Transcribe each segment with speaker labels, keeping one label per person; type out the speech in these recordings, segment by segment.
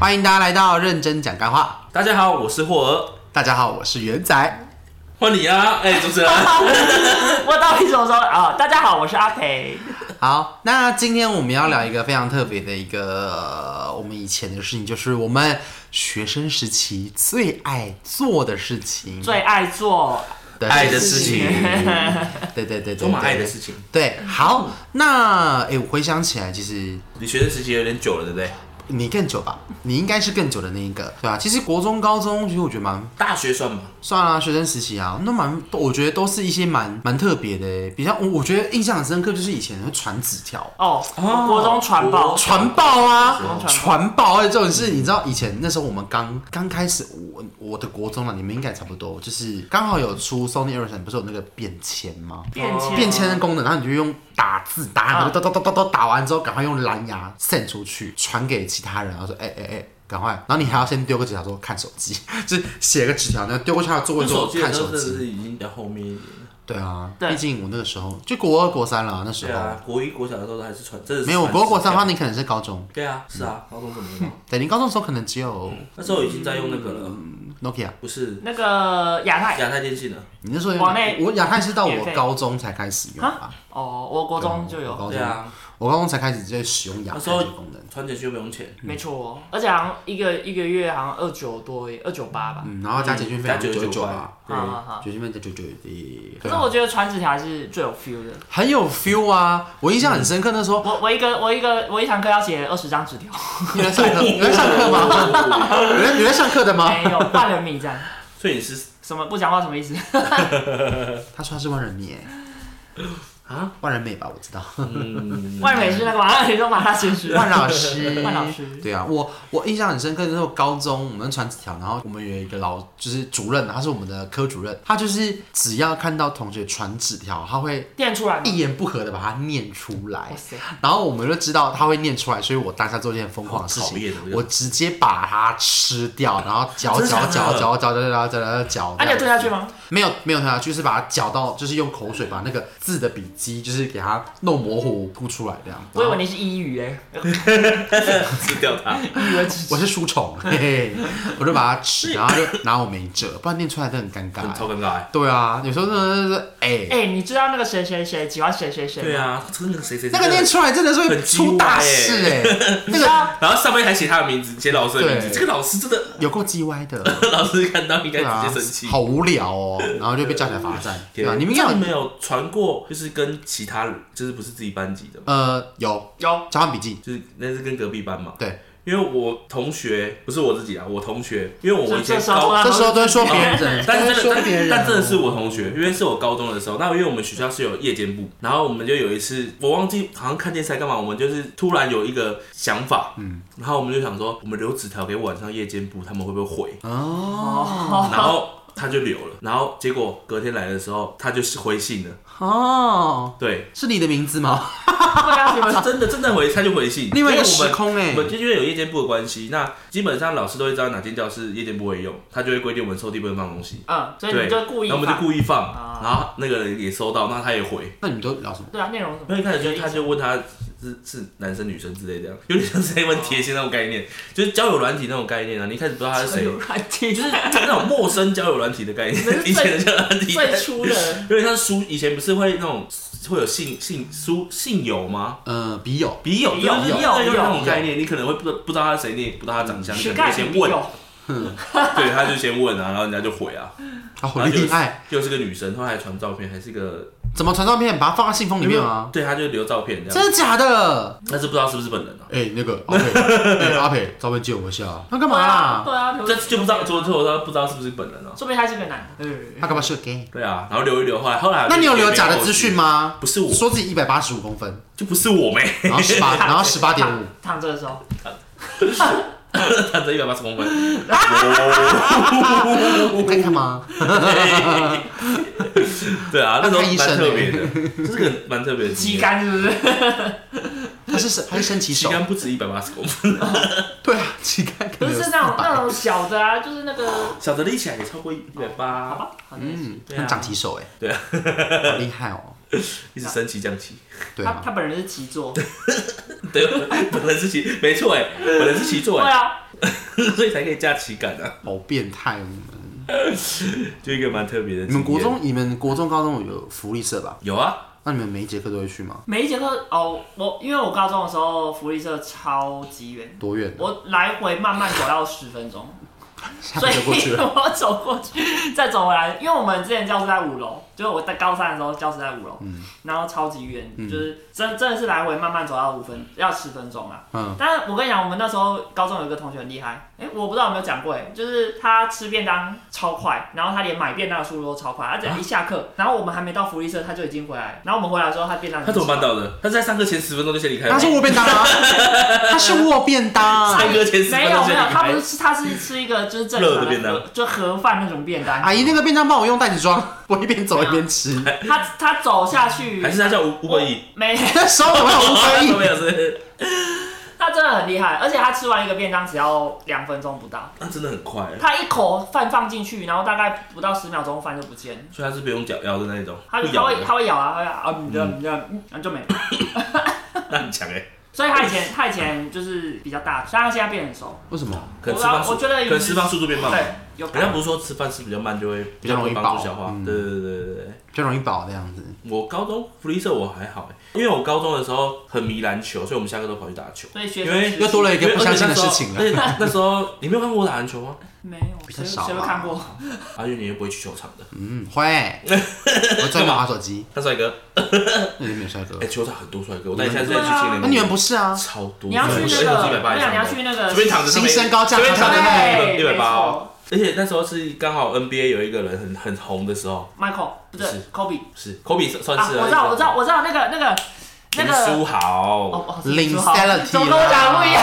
Speaker 1: 欢迎大家来到认真讲干话。
Speaker 2: 大家好，我是霍儿，
Speaker 1: 大家好，我是元仔。
Speaker 2: 换你啊！哎、主持 人，
Speaker 3: 我到底什么时候啊、大家好，我是阿培。
Speaker 1: 好，那今天我们要聊一个非常特别的一个、呃我们以前的事情，就是我们学生时期最爱做的事情，
Speaker 3: 最爱做
Speaker 1: 的
Speaker 2: 爱的事情
Speaker 1: 对对对对，
Speaker 2: 充满
Speaker 1: 对
Speaker 2: 爱的事情。
Speaker 1: 对，好，那哎、我回想起来，其实
Speaker 2: 你学生时期有点久了，对不对？
Speaker 1: 你更久吧，你应该是更久的那一个，对吧、其实国中、高中，其实我觉得蛮
Speaker 2: 大学算吗？
Speaker 1: 算啦、学生时期啊，那蛮，我觉得都是一些蛮蛮特别的欸，比较我我觉得印象很深刻，就是以前会传纸条。
Speaker 3: 哦，我国中传报
Speaker 2: 国
Speaker 1: 传报啊
Speaker 3: 国，中
Speaker 1: 传报！哎，这种事你知道，以前那时候我们刚刚开始，我我的国中了，你们应该也差不多，就是刚好有出 Sony Ericsson，不是有那个便签吗？
Speaker 3: 便签，
Speaker 1: 便签的功能，然后你就用打字打，
Speaker 3: 啊
Speaker 1: 都都都都都打完之后，赶快用蓝牙 send 出去，传给其他人，然后说，哎哎哎。赶快，然后你还要先丢个纸条说看手机，就是写个纸条，然后丢过去，他的座位
Speaker 2: 我
Speaker 1: 说
Speaker 2: 手机
Speaker 1: 看
Speaker 2: 的
Speaker 1: 手
Speaker 2: 时候真的
Speaker 1: 机。
Speaker 2: 是已经比较后面一点了。
Speaker 1: 对啊，
Speaker 3: 对
Speaker 1: 毕竟我那个时候就国二国三了，那时
Speaker 2: 对
Speaker 1: 候、
Speaker 2: 啊，国一国小的时候都还是传，真的是
Speaker 1: 没有
Speaker 2: 传
Speaker 1: 国二国三的话，
Speaker 2: 纸条。
Speaker 1: 你可能是高中，
Speaker 2: 对啊，是啊，高中怎么了？
Speaker 1: 对，你高中的时候可能只有
Speaker 2: 那时候已经在用那个了，
Speaker 1: 嗯 Nokia。
Speaker 2: 不是
Speaker 3: 那个亚太
Speaker 2: 亚太电信了。
Speaker 1: 你那时候有
Speaker 3: 往内
Speaker 1: 我亚太是到
Speaker 3: 免
Speaker 1: 我
Speaker 3: 费
Speaker 1: 高中才开始用吧？
Speaker 3: 哦，我国中就
Speaker 1: 我
Speaker 3: 有，
Speaker 1: 高
Speaker 2: 对
Speaker 1: 中，
Speaker 2: 啊，
Speaker 1: 我高中才开始在使用亚太
Speaker 2: 那
Speaker 1: 这
Speaker 2: 时候
Speaker 1: 个功能。
Speaker 2: 传简讯又不用钱，
Speaker 3: 没错，而且好像一个一个月好像二九多，二九八吧。
Speaker 1: 嗯，然后加简讯费
Speaker 2: 加
Speaker 1: 用九
Speaker 2: 九
Speaker 1: 九
Speaker 2: 块
Speaker 1: 啊，。
Speaker 2: 对
Speaker 3: 好好好，
Speaker 1: 简讯费加九九的。
Speaker 3: 可
Speaker 1: 对
Speaker 3: 是
Speaker 1: 啊
Speaker 3: 我觉得传纸条还是最有 feel 的。
Speaker 1: 很有 feel 啊！我印象很深刻，那时候
Speaker 3: 我我一个我一个我一堂课要写二十张纸条，
Speaker 1: 你在上课，你在上课吗？
Speaker 2: 啊
Speaker 1: 你在你在上课的吗？
Speaker 3: 没哎有半人迷站，
Speaker 2: 所以你是
Speaker 3: 什么不讲话什么意思？
Speaker 1: 他说他是万人迷耶
Speaker 2: 啊，
Speaker 1: 万人美吧，我知道。
Speaker 2: 嗯，
Speaker 3: 万人迷是那个马 拉你说马拉先 生，
Speaker 1: 万老师，
Speaker 3: 万老师
Speaker 1: 对啊，我我印象很深刻，那时候高中我们传纸条，然后我们有一个老就是主任，啊他是我们的科主任，他就是只要看到同学传纸条，他会
Speaker 3: 念出来吗？
Speaker 1: 一言不合的把它念出来
Speaker 3: 哇，塞，
Speaker 1: 然后我们就知道他会念出来，所以我当下做一件疯狂的事
Speaker 2: 好讨厌
Speaker 1: 情
Speaker 2: 的，
Speaker 1: 我直接把它吃掉，然后嚼
Speaker 2: 真的
Speaker 1: 嚼
Speaker 2: 假
Speaker 1: 嚼
Speaker 2: 的
Speaker 1: 嚼嚼嚼嚼嚼嚼嚼，
Speaker 3: 啊，你有吞下去
Speaker 1: 吗？
Speaker 3: 吗？
Speaker 1: 没有没有吞下去，是把它嚼到，就是用口水把那个字的笔迹，就是给它弄模糊吐出来这样。
Speaker 3: 我以为你是一语哎，
Speaker 2: 吃掉 它。
Speaker 3: 一语为止。
Speaker 1: 我是书 虫，嘿嘿，我就把它吃，然后就拿我没辙，不然念出来都很尴
Speaker 2: 很超
Speaker 1: 尬。
Speaker 2: 尴尬欸。
Speaker 1: 对啊，有时候真的是哎，
Speaker 3: 哎、你知道那个谁谁谁喜欢谁谁谁吗？
Speaker 2: 对，啊，他跟那个谁谁谁
Speaker 1: 那个念出来真的是会
Speaker 2: 很鸡歪
Speaker 1: 出大事哎，那
Speaker 3: 你知
Speaker 1: 个
Speaker 3: 道
Speaker 2: 然后上面还写他的名字，写老师的名字。
Speaker 1: 对
Speaker 2: 这个老师真的，
Speaker 1: 有够叽歪 的，
Speaker 2: 老师看到应该
Speaker 1: 对啊
Speaker 2: 直接生气，。
Speaker 1: 好无聊哦，然后就被叫起来 罚站，对
Speaker 2: 天啊
Speaker 1: 吧？你们应
Speaker 2: 那
Speaker 1: 该
Speaker 2: 你
Speaker 1: 有
Speaker 2: 们有传过，就是跟其他人，就是不是自己班级的吗，
Speaker 1: 呃有
Speaker 3: 有
Speaker 1: 交换笔记，
Speaker 2: 就是那是跟隔壁班嘛？
Speaker 1: 对，
Speaker 2: 因为我同学不是我自己啊，我同学，因为我以前
Speaker 3: 这时候
Speaker 2: 高，
Speaker 3: 啊
Speaker 1: 这时候都会说别人，
Speaker 2: 但
Speaker 1: 都会
Speaker 2: 是真
Speaker 1: 说
Speaker 2: 的，
Speaker 1: 别人，
Speaker 2: 但但真的是我同学，因为是我高中的时候，那因为我们学校是有夜间部，然后我们就有一次，我忘记好像看电视还干嘛，我们就是突然有一个想法，嗯，然后我们就想说，我们留纸条给晚上夜间部，他们会不会回？
Speaker 1: 哦
Speaker 3: 哦
Speaker 2: 然后他就留了，然后结果隔天来的时候，他就是回信了，
Speaker 1: 哦，
Speaker 2: 对，
Speaker 1: 是你的名字吗？
Speaker 3: 对啊，你
Speaker 2: 他
Speaker 3: 们
Speaker 2: 真的真的回他就回信，
Speaker 1: 另外一个
Speaker 2: 因为我
Speaker 1: 时
Speaker 2: 们
Speaker 1: 空哎
Speaker 2: 我，们就因为有夜间部的关系，那基本上老师都会知道哪间教室夜间部会用，他就会规定我们抽屉不能放东西。
Speaker 3: 嗯，所以
Speaker 2: 对，
Speaker 3: 你就故意
Speaker 2: 然后我们就
Speaker 3: 意
Speaker 2: 故意放，
Speaker 3: 啊
Speaker 2: 然后那个人也收到，那他也回。
Speaker 1: 那你们都聊什么？
Speaker 3: 对啊，内容什么？
Speaker 2: 没有一开始就他 就问他是是男生女生之类这样，有点像是在问贴心那种概 念，就是交友软体那种概念啊。你一开始不知道他是谁，
Speaker 3: 有软体，就
Speaker 2: 就是是那种陌生交友软体的概念
Speaker 3: 那 是，最
Speaker 2: 以前的交友软体，
Speaker 3: 最初的。
Speaker 2: 因为像书以前不是会那种会有信信书信友吗？
Speaker 1: 呃，笔友，
Speaker 2: 笔友，
Speaker 3: 笔
Speaker 2: 就
Speaker 3: 友
Speaker 2: 是
Speaker 3: 笔
Speaker 2: 有
Speaker 3: 友
Speaker 2: 就是那
Speaker 3: 笔
Speaker 2: 种
Speaker 3: 友
Speaker 2: 概念，你可能会不不知道他是谁，你也不知道他长相，你
Speaker 3: 乞
Speaker 2: 可能
Speaker 3: 丐
Speaker 2: 就先
Speaker 3: 笔
Speaker 2: 问，
Speaker 3: 友，
Speaker 2: 对，他就先问啊，然后人家就回啊，
Speaker 1: 好
Speaker 2: 然后就
Speaker 1: 厉害，
Speaker 2: 又是个女生，后来还传照片，还是个
Speaker 1: 怎么传照片？把它放在信封里面吗？
Speaker 2: 对，他就留照片这样，
Speaker 1: 真的假的？
Speaker 2: 但是不知道是不是本人啊，
Speaker 1: 哎、那个阿 培，哎、阿培，照片借我一下。他干嘛啦？
Speaker 3: 对啊，对啊
Speaker 2: 但是就不知道，昨天我说不知道是不是本人啊，
Speaker 3: 说不定他是个男的。
Speaker 1: 他干嘛是个 gay？
Speaker 2: 对啊，然后留一留，后来后来
Speaker 1: 那你有留假的资讯
Speaker 2: 吗？
Speaker 1: 吗？
Speaker 2: 不是我，
Speaker 1: 说自己一百八十五公分，
Speaker 2: 就不是我没，
Speaker 1: 然后十 八，然后十八点五，
Speaker 3: 躺着的时候，
Speaker 2: 他这一百八十公分，
Speaker 1: 你在干嘛？
Speaker 2: 对啊，那时候
Speaker 1: 看医生
Speaker 2: 蛮
Speaker 1: 欸
Speaker 2: 特别 的，这是个蛮特别的经
Speaker 3: 鸡
Speaker 2: 验。
Speaker 3: 肝是不是？
Speaker 1: 他是他是伸起
Speaker 2: 旗
Speaker 1: 手，
Speaker 2: 杆不止一百八十公分，
Speaker 1: 对啊，膝盖可
Speaker 3: 不
Speaker 1: 能有
Speaker 3: 是那
Speaker 1: 400
Speaker 3: 种那种小的啊，就是那个哦
Speaker 2: 小的立起来也超过一百八，
Speaker 1: 嗯，
Speaker 2: 对啊
Speaker 1: 他长起手哎，
Speaker 2: 对啊，
Speaker 1: 好厉害 哦，
Speaker 2: 一直升旗降旗。
Speaker 1: 对
Speaker 3: 他
Speaker 1: 啊，
Speaker 3: 他本人是棋座，
Speaker 2: 对，本来是旗，没错哎，本来是旗座
Speaker 3: 对
Speaker 2: 哎，
Speaker 3: 啊，
Speaker 2: 所以才可以架旗杆啊，
Speaker 1: 好变态哦你们。
Speaker 2: 就一个蛮特别的经验。
Speaker 1: 你们国中、你们国中、高中有福利社吧？
Speaker 2: 有啊？
Speaker 1: 那你们每一节课都会去吗？
Speaker 3: 每一节课哦，我因为我高中的时候福利社超级远，
Speaker 1: 多远？啊
Speaker 3: 我来回慢慢走要十分钟，
Speaker 1: 下
Speaker 3: 所
Speaker 1: 课
Speaker 3: 以
Speaker 1: 就过去了。
Speaker 3: 我走过去再走回来，因为我们之前教室在五楼，就是我在高三的时候教室在五楼，
Speaker 2: 嗯
Speaker 3: 然后超级远，就是真真的是来回慢慢走要五分要十分钟啦。
Speaker 1: 嗯，
Speaker 3: 但是我跟你讲，我们那时候高中有一个同学很厉害，哎、我不知道有没有讲过、哎，就是他吃便当超快，然后他连买便当的速度都超快，他只
Speaker 2: 啊
Speaker 3: 要一下课，然后我们还没到福利社，他就已经回来，然后我们回来的时候，他便当已
Speaker 2: 他
Speaker 3: 经
Speaker 2: 怎么办
Speaker 3: 吃完了？
Speaker 2: 到的？他是在上课前十分钟就先离开吗
Speaker 1: 他？是我便当啊， 他是我便当。啊
Speaker 2: 唱歌前十分
Speaker 3: 没
Speaker 2: 钟
Speaker 3: 有
Speaker 2: 就
Speaker 3: 没
Speaker 2: 离
Speaker 3: 有，他
Speaker 2: 开
Speaker 3: 不是吃，他是吃一个就是正
Speaker 2: 热
Speaker 3: 常
Speaker 2: 的便当哎
Speaker 3: 盒就盒饭那种便当。
Speaker 1: 阿姨，那个便当帮我用袋子装，我一边走一边吃。
Speaker 2: 啊
Speaker 3: 他他走下去
Speaker 2: 还，是他叫哎吴吴本义？
Speaker 3: 没，
Speaker 1: 那时候我有无可
Speaker 2: 没
Speaker 1: 以，
Speaker 2: 有是，
Speaker 3: 他真的很厉害，而且他吃完一个便当只要两分钟不到，
Speaker 2: 那真的很快，啊
Speaker 3: 他一口饭放进去，然后大概不到十秒钟饭就不见了。
Speaker 2: 所以他是不用嚼咬的那一种，
Speaker 3: 他
Speaker 2: 不
Speaker 3: 他
Speaker 2: 咬
Speaker 3: 会
Speaker 2: 的，
Speaker 3: 他会咬啊，他会咬啊，你这样你这样，嗯然后就没了。
Speaker 2: 那很强哎，
Speaker 3: 所以他以前他以前就是比较大，但他现在变很熟。
Speaker 1: 为什么？
Speaker 2: 可能
Speaker 3: 我
Speaker 2: 吃饭
Speaker 3: 我
Speaker 2: 速，
Speaker 3: 觉得
Speaker 2: 可能吃饭速度变慢吧
Speaker 3: 对。有
Speaker 2: 人家
Speaker 3: 感
Speaker 2: 不是说吃饭吃比较慢就会比
Speaker 1: 较容易
Speaker 2: 帮
Speaker 1: 饱
Speaker 2: 助消化？
Speaker 1: 嗯
Speaker 2: 对对对对对。
Speaker 1: 比较容易饱这样子。
Speaker 2: 我高中福利社我还好欸，因为我高中的时候很迷篮球，所以我们下课都跑去打球。
Speaker 3: 所以学
Speaker 2: 因
Speaker 3: 生
Speaker 2: 为
Speaker 3: 时期
Speaker 1: 又多了一个不相信的事情啊
Speaker 2: 而
Speaker 1: 了。
Speaker 2: 且那时候你没有看过我打篮球吗？
Speaker 3: 没有
Speaker 1: 比较
Speaker 3: 谁
Speaker 1: 少啊
Speaker 3: 谁会看过？
Speaker 2: 阿月你又不会去球场的，
Speaker 1: 嗯，会。我专门玩手机，
Speaker 2: 大帅哥，
Speaker 3: 嗯
Speaker 1: 那里面有帅哥
Speaker 2: 哎，。球场很多帅哥，我带你下次再去青年，
Speaker 1: 那你们不是啊？
Speaker 2: 超多？
Speaker 3: 你要去
Speaker 2: 我
Speaker 3: 那
Speaker 2: 身高
Speaker 3: 个，
Speaker 2: 是180
Speaker 3: 我跟你讲你要
Speaker 2: 长的
Speaker 3: 去那个
Speaker 2: 这边躺着上
Speaker 1: 新
Speaker 2: 面
Speaker 1: 身高降
Speaker 2: 这边
Speaker 1: 糖
Speaker 2: 躺着
Speaker 1: 的
Speaker 2: 那
Speaker 1: 那个。
Speaker 2: 个
Speaker 3: 对
Speaker 2: 一百八哦
Speaker 3: 没
Speaker 2: 而且那时候是刚好 NBA 有一个人很很红的时候，
Speaker 3: ，Michael 不
Speaker 2: 是
Speaker 3: 是 Kobe
Speaker 2: 是科比算
Speaker 3: 啊
Speaker 2: 是，
Speaker 3: 我知道我知道我知道那个那个那
Speaker 2: 林书
Speaker 3: 个
Speaker 2: 豪，
Speaker 3: 哦哦
Speaker 1: 林
Speaker 3: 书豪
Speaker 1: Salati
Speaker 3: 怎么跟我讲的不一样？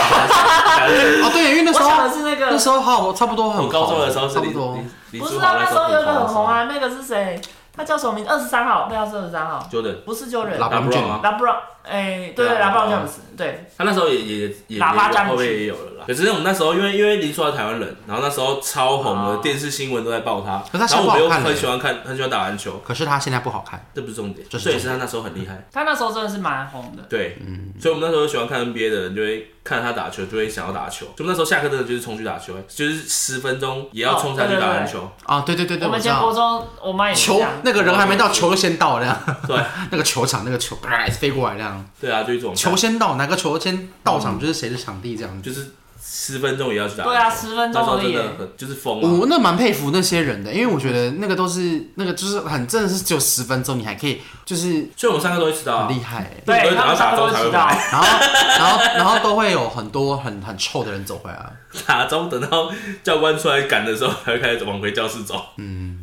Speaker 1: 哦，对，因为那
Speaker 3: 我
Speaker 1: 时
Speaker 3: 想
Speaker 1: 候
Speaker 3: 的是那
Speaker 1: 那
Speaker 3: 个
Speaker 1: 时候好，差不多很红
Speaker 2: 我哦高中的时候是
Speaker 1: 差
Speaker 2: 林
Speaker 1: 不多
Speaker 2: 林林
Speaker 3: 不
Speaker 2: 书
Speaker 3: 是
Speaker 2: 豪
Speaker 3: 啊，
Speaker 2: 那
Speaker 3: 那
Speaker 2: 时
Speaker 3: 时
Speaker 2: 候
Speaker 3: 候有一个
Speaker 2: 很
Speaker 3: 很红
Speaker 2: 红啊
Speaker 3: 啊，那个是谁？他叫什么名？二十三号，对啊，是二十三号，
Speaker 2: ，Jordan。
Speaker 3: 不是 Jordan，
Speaker 1: 拉
Speaker 2: 打
Speaker 1: 帮
Speaker 2: 不
Speaker 1: 卷
Speaker 2: 乱啊！
Speaker 3: 拉布朗，哎，对
Speaker 2: 对
Speaker 3: 对，
Speaker 2: 啊
Speaker 3: 拉布朗
Speaker 2: 对啊
Speaker 3: James，对，
Speaker 2: 他那时候也也也也
Speaker 3: 喇叭
Speaker 2: 也
Speaker 3: 战
Speaker 2: 后面
Speaker 3: 区
Speaker 2: 也有了啦。可是我们那时候因为因为林书豪台湾人，然后那时候超红的
Speaker 3: 哦
Speaker 2: 电视新闻都在报他，
Speaker 1: 可是他现
Speaker 2: 然
Speaker 1: 在不
Speaker 2: 后我
Speaker 1: 好
Speaker 2: 们又
Speaker 1: 看了欸
Speaker 2: 很喜欢看很喜欢打篮球，
Speaker 1: 可是他现在不好看，
Speaker 2: 这不是重点，
Speaker 1: 这是嗯
Speaker 2: 这也是他那时候很厉害。
Speaker 3: 他那时候真的是蛮红的。
Speaker 2: 对，所以我们那时候喜欢看 NBA 的人就会看他打球，就会想要打球。就那时候下课真的就是冲去打球，哎就是十分钟也要冲上去打篮球。
Speaker 1: 啊，对对对对，
Speaker 3: 我们
Speaker 1: 知
Speaker 3: 前国
Speaker 1: 道。
Speaker 3: 中，我妈也是这
Speaker 1: 球
Speaker 3: 样。
Speaker 1: 那个人还没到，球就先到这样。
Speaker 2: 对，
Speaker 1: 那个球场那个球啪飞过来这样，
Speaker 2: 对啊，就是这种
Speaker 1: 球先到哪个球先到场就是谁的场地这样子。
Speaker 2: 就是十分钟也要去打篮球。
Speaker 3: 对啊，十分
Speaker 2: 那时
Speaker 3: 钟
Speaker 2: 候
Speaker 3: 而
Speaker 2: 真
Speaker 3: 已。
Speaker 2: 的很就是疯啊。
Speaker 1: 我那蛮佩服那些人的，因为我觉得那个都是那个就是很真的是只有十分钟，你还可以就是
Speaker 2: 所以我们上课都会迟
Speaker 1: 很
Speaker 2: 到啊，
Speaker 1: 厉害欸。
Speaker 2: 那
Speaker 3: 对，
Speaker 2: 个
Speaker 3: 他
Speaker 2: 人
Speaker 3: 们
Speaker 2: 打
Speaker 3: 上
Speaker 2: 到
Speaker 3: 课都
Speaker 2: 才会
Speaker 3: 知道。
Speaker 1: 然后然后然后都会有很多很很臭的人走回来，啊
Speaker 2: 打钟等到教官出来赶的时候才会开始往回教室走。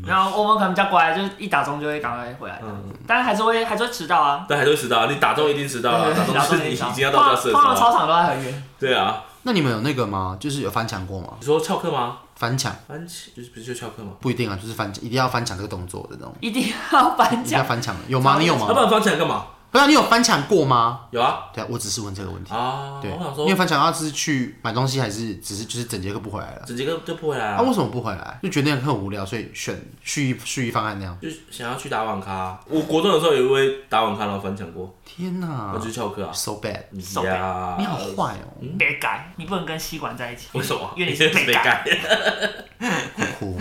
Speaker 3: 然后我们可能比较乖，就是一打钟就会赶快回来，
Speaker 2: 嗯
Speaker 3: 但是还是会还是会迟到啊。
Speaker 2: 但还是会迟到，你打中一定迟到啊，打
Speaker 3: 对
Speaker 2: 中是你已
Speaker 3: 迟到
Speaker 2: 经要到教室的时
Speaker 3: 通常
Speaker 2: 候。
Speaker 3: 操场都在很远。
Speaker 2: 对啊，
Speaker 1: 那你们有那个吗？就是有翻墙过吗？
Speaker 2: 你说翘课吗？
Speaker 1: 翻墙
Speaker 2: 翻起就是不是就翘课吗？
Speaker 1: 不一定啊，就是翻一定要翻墙这个动作的那种，
Speaker 3: 一定要颁
Speaker 1: 一定要
Speaker 3: 奖，
Speaker 1: 翻墙的有吗？你有
Speaker 2: 啊要不
Speaker 1: 吗？
Speaker 2: 然翻起来干嘛？
Speaker 1: 不然你有翻墙过吗？
Speaker 2: 有啊
Speaker 1: 对啊，我只是问这个问题。
Speaker 2: 啊！
Speaker 1: 对，
Speaker 2: 我想
Speaker 1: 你有
Speaker 2: 说，
Speaker 1: 翻墙要是去买东西，还是只是就是整节课不回来了？
Speaker 2: 整节课就不回来
Speaker 1: 啊，
Speaker 2: 啊，
Speaker 1: 为什么不回来？就觉得那堂课很无聊，所以选蓄意蓄意方案那样。
Speaker 2: 就想要去打网咖啊。我国中的时候有一位打网咖然后翻墙过，
Speaker 1: 天
Speaker 2: 那
Speaker 1: 哪
Speaker 2: 就是翘课啊。
Speaker 1: ，so bad，
Speaker 3: 手
Speaker 2: 呀
Speaker 1: 你好坏哦，
Speaker 3: 别改，你不能跟吸管在一起。
Speaker 2: 为什么？
Speaker 3: 因为你是 被干。
Speaker 1: 哭。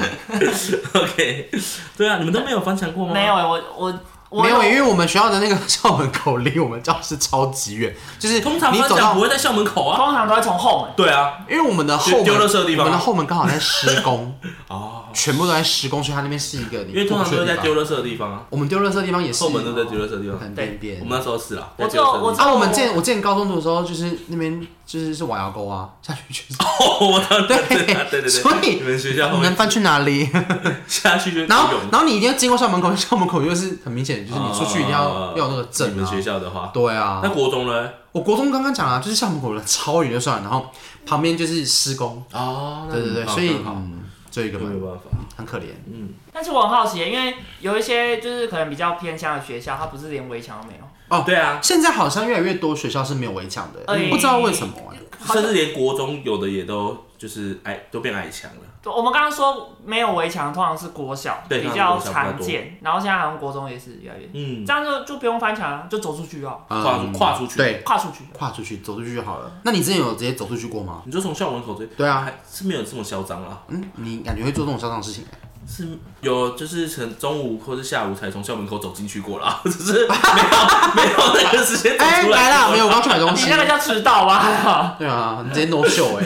Speaker 2: OK，对 啊，你们都没有翻墙过吗？
Speaker 3: 没有，欸，我我我
Speaker 1: 没有，因为我们学校的那个校门口离我们教室超级远，就是
Speaker 2: 通常
Speaker 1: 你
Speaker 2: 翻
Speaker 1: 走
Speaker 2: 墙
Speaker 1: 到
Speaker 2: 不，会在校门口啊。
Speaker 3: 通常都会从后门。
Speaker 2: 对啊，
Speaker 1: 因为我们的后门
Speaker 2: 丢丢垃圾的地方
Speaker 1: 我们的后门刚好在施工，
Speaker 2: 哦，
Speaker 1: 全部都在施工，所以它那边是一个你
Speaker 2: 因为通
Speaker 1: 过
Speaker 2: 常
Speaker 1: 不去
Speaker 2: 都
Speaker 1: 的
Speaker 2: 在
Speaker 1: 地方
Speaker 2: 丢。垃圾的地方啊，
Speaker 1: 我们丢垃圾的地方也是
Speaker 2: 后门都在丢垃圾的地方。
Speaker 1: 很边边
Speaker 2: 我。们那时候是啦，
Speaker 3: 哦我
Speaker 2: 在丢垃圾的地方
Speaker 3: 我
Speaker 1: 啊，我们之前我之前高中读的时候，就是那边就是是瓦窑沟啊，下去就是
Speaker 2: 哦，我当对对对对对，
Speaker 1: 所以
Speaker 2: 你们学校后
Speaker 1: 你能
Speaker 2: 面
Speaker 1: 翻去哪里？
Speaker 2: 下去就
Speaker 1: 然后
Speaker 2: 游泳
Speaker 1: 然后你一定要经过校门口，校门口就是很明显，就是你出去一定要、
Speaker 2: 啊
Speaker 1: 要有那个证
Speaker 2: 你们
Speaker 1: 啊
Speaker 2: 学。校的话，
Speaker 1: 对啊
Speaker 2: 那，国中呢？
Speaker 1: 我国中刚刚讲啊，就是校门口的超远就算了，然后旁边就是施工，
Speaker 2: 哦
Speaker 1: 对对对，所以、嗯、就一个
Speaker 2: 没有
Speaker 1: 门，
Speaker 2: 办法。
Speaker 1: 很可怜。
Speaker 2: 嗯，
Speaker 3: 但是我很好奇，因为有一些就是可能比较偏乡的学校，它不是连围墙都没有，
Speaker 2: 对啊，
Speaker 1: 现在好像越来越多学校是没有围墙的，
Speaker 3: 哎
Speaker 1: 不知道为什么啊、
Speaker 3: 好
Speaker 2: 甚
Speaker 3: 像
Speaker 2: 至连国中有的也都就是矮，都变矮墙了。
Speaker 3: 我们刚刚说没有围墙，通常是国小
Speaker 2: 对
Speaker 3: 比较
Speaker 2: 通常国小
Speaker 3: 常
Speaker 2: 比较多
Speaker 3: 见，然后现在好像国中也是越来越，
Speaker 2: 嗯啊
Speaker 3: 这，样就就不用翻墙了，就走出去哦，
Speaker 2: 跨
Speaker 1: 嗯
Speaker 2: 跨出去
Speaker 1: 对，
Speaker 3: 跨出去。
Speaker 1: 跨出去，走出去就好了。那你之前有直接走出去过吗？
Speaker 2: 你就从校门口这，
Speaker 1: 对啊，
Speaker 2: 还是没有这么嚣张啊，
Speaker 1: 嗯，你感觉会做这种嚣张的事情、
Speaker 2: 是有就是从中午或是下午才从校门口走进去过啦， 只是没有 没有那个时间走
Speaker 1: 哎、
Speaker 2: 出
Speaker 1: 来
Speaker 2: 来
Speaker 1: 啦，
Speaker 2: 过，
Speaker 1: 没有，我刚去买东
Speaker 3: 你
Speaker 1: 西
Speaker 3: 那。个叫迟到吧？还好
Speaker 1: 对啊，你直接 no show 哎、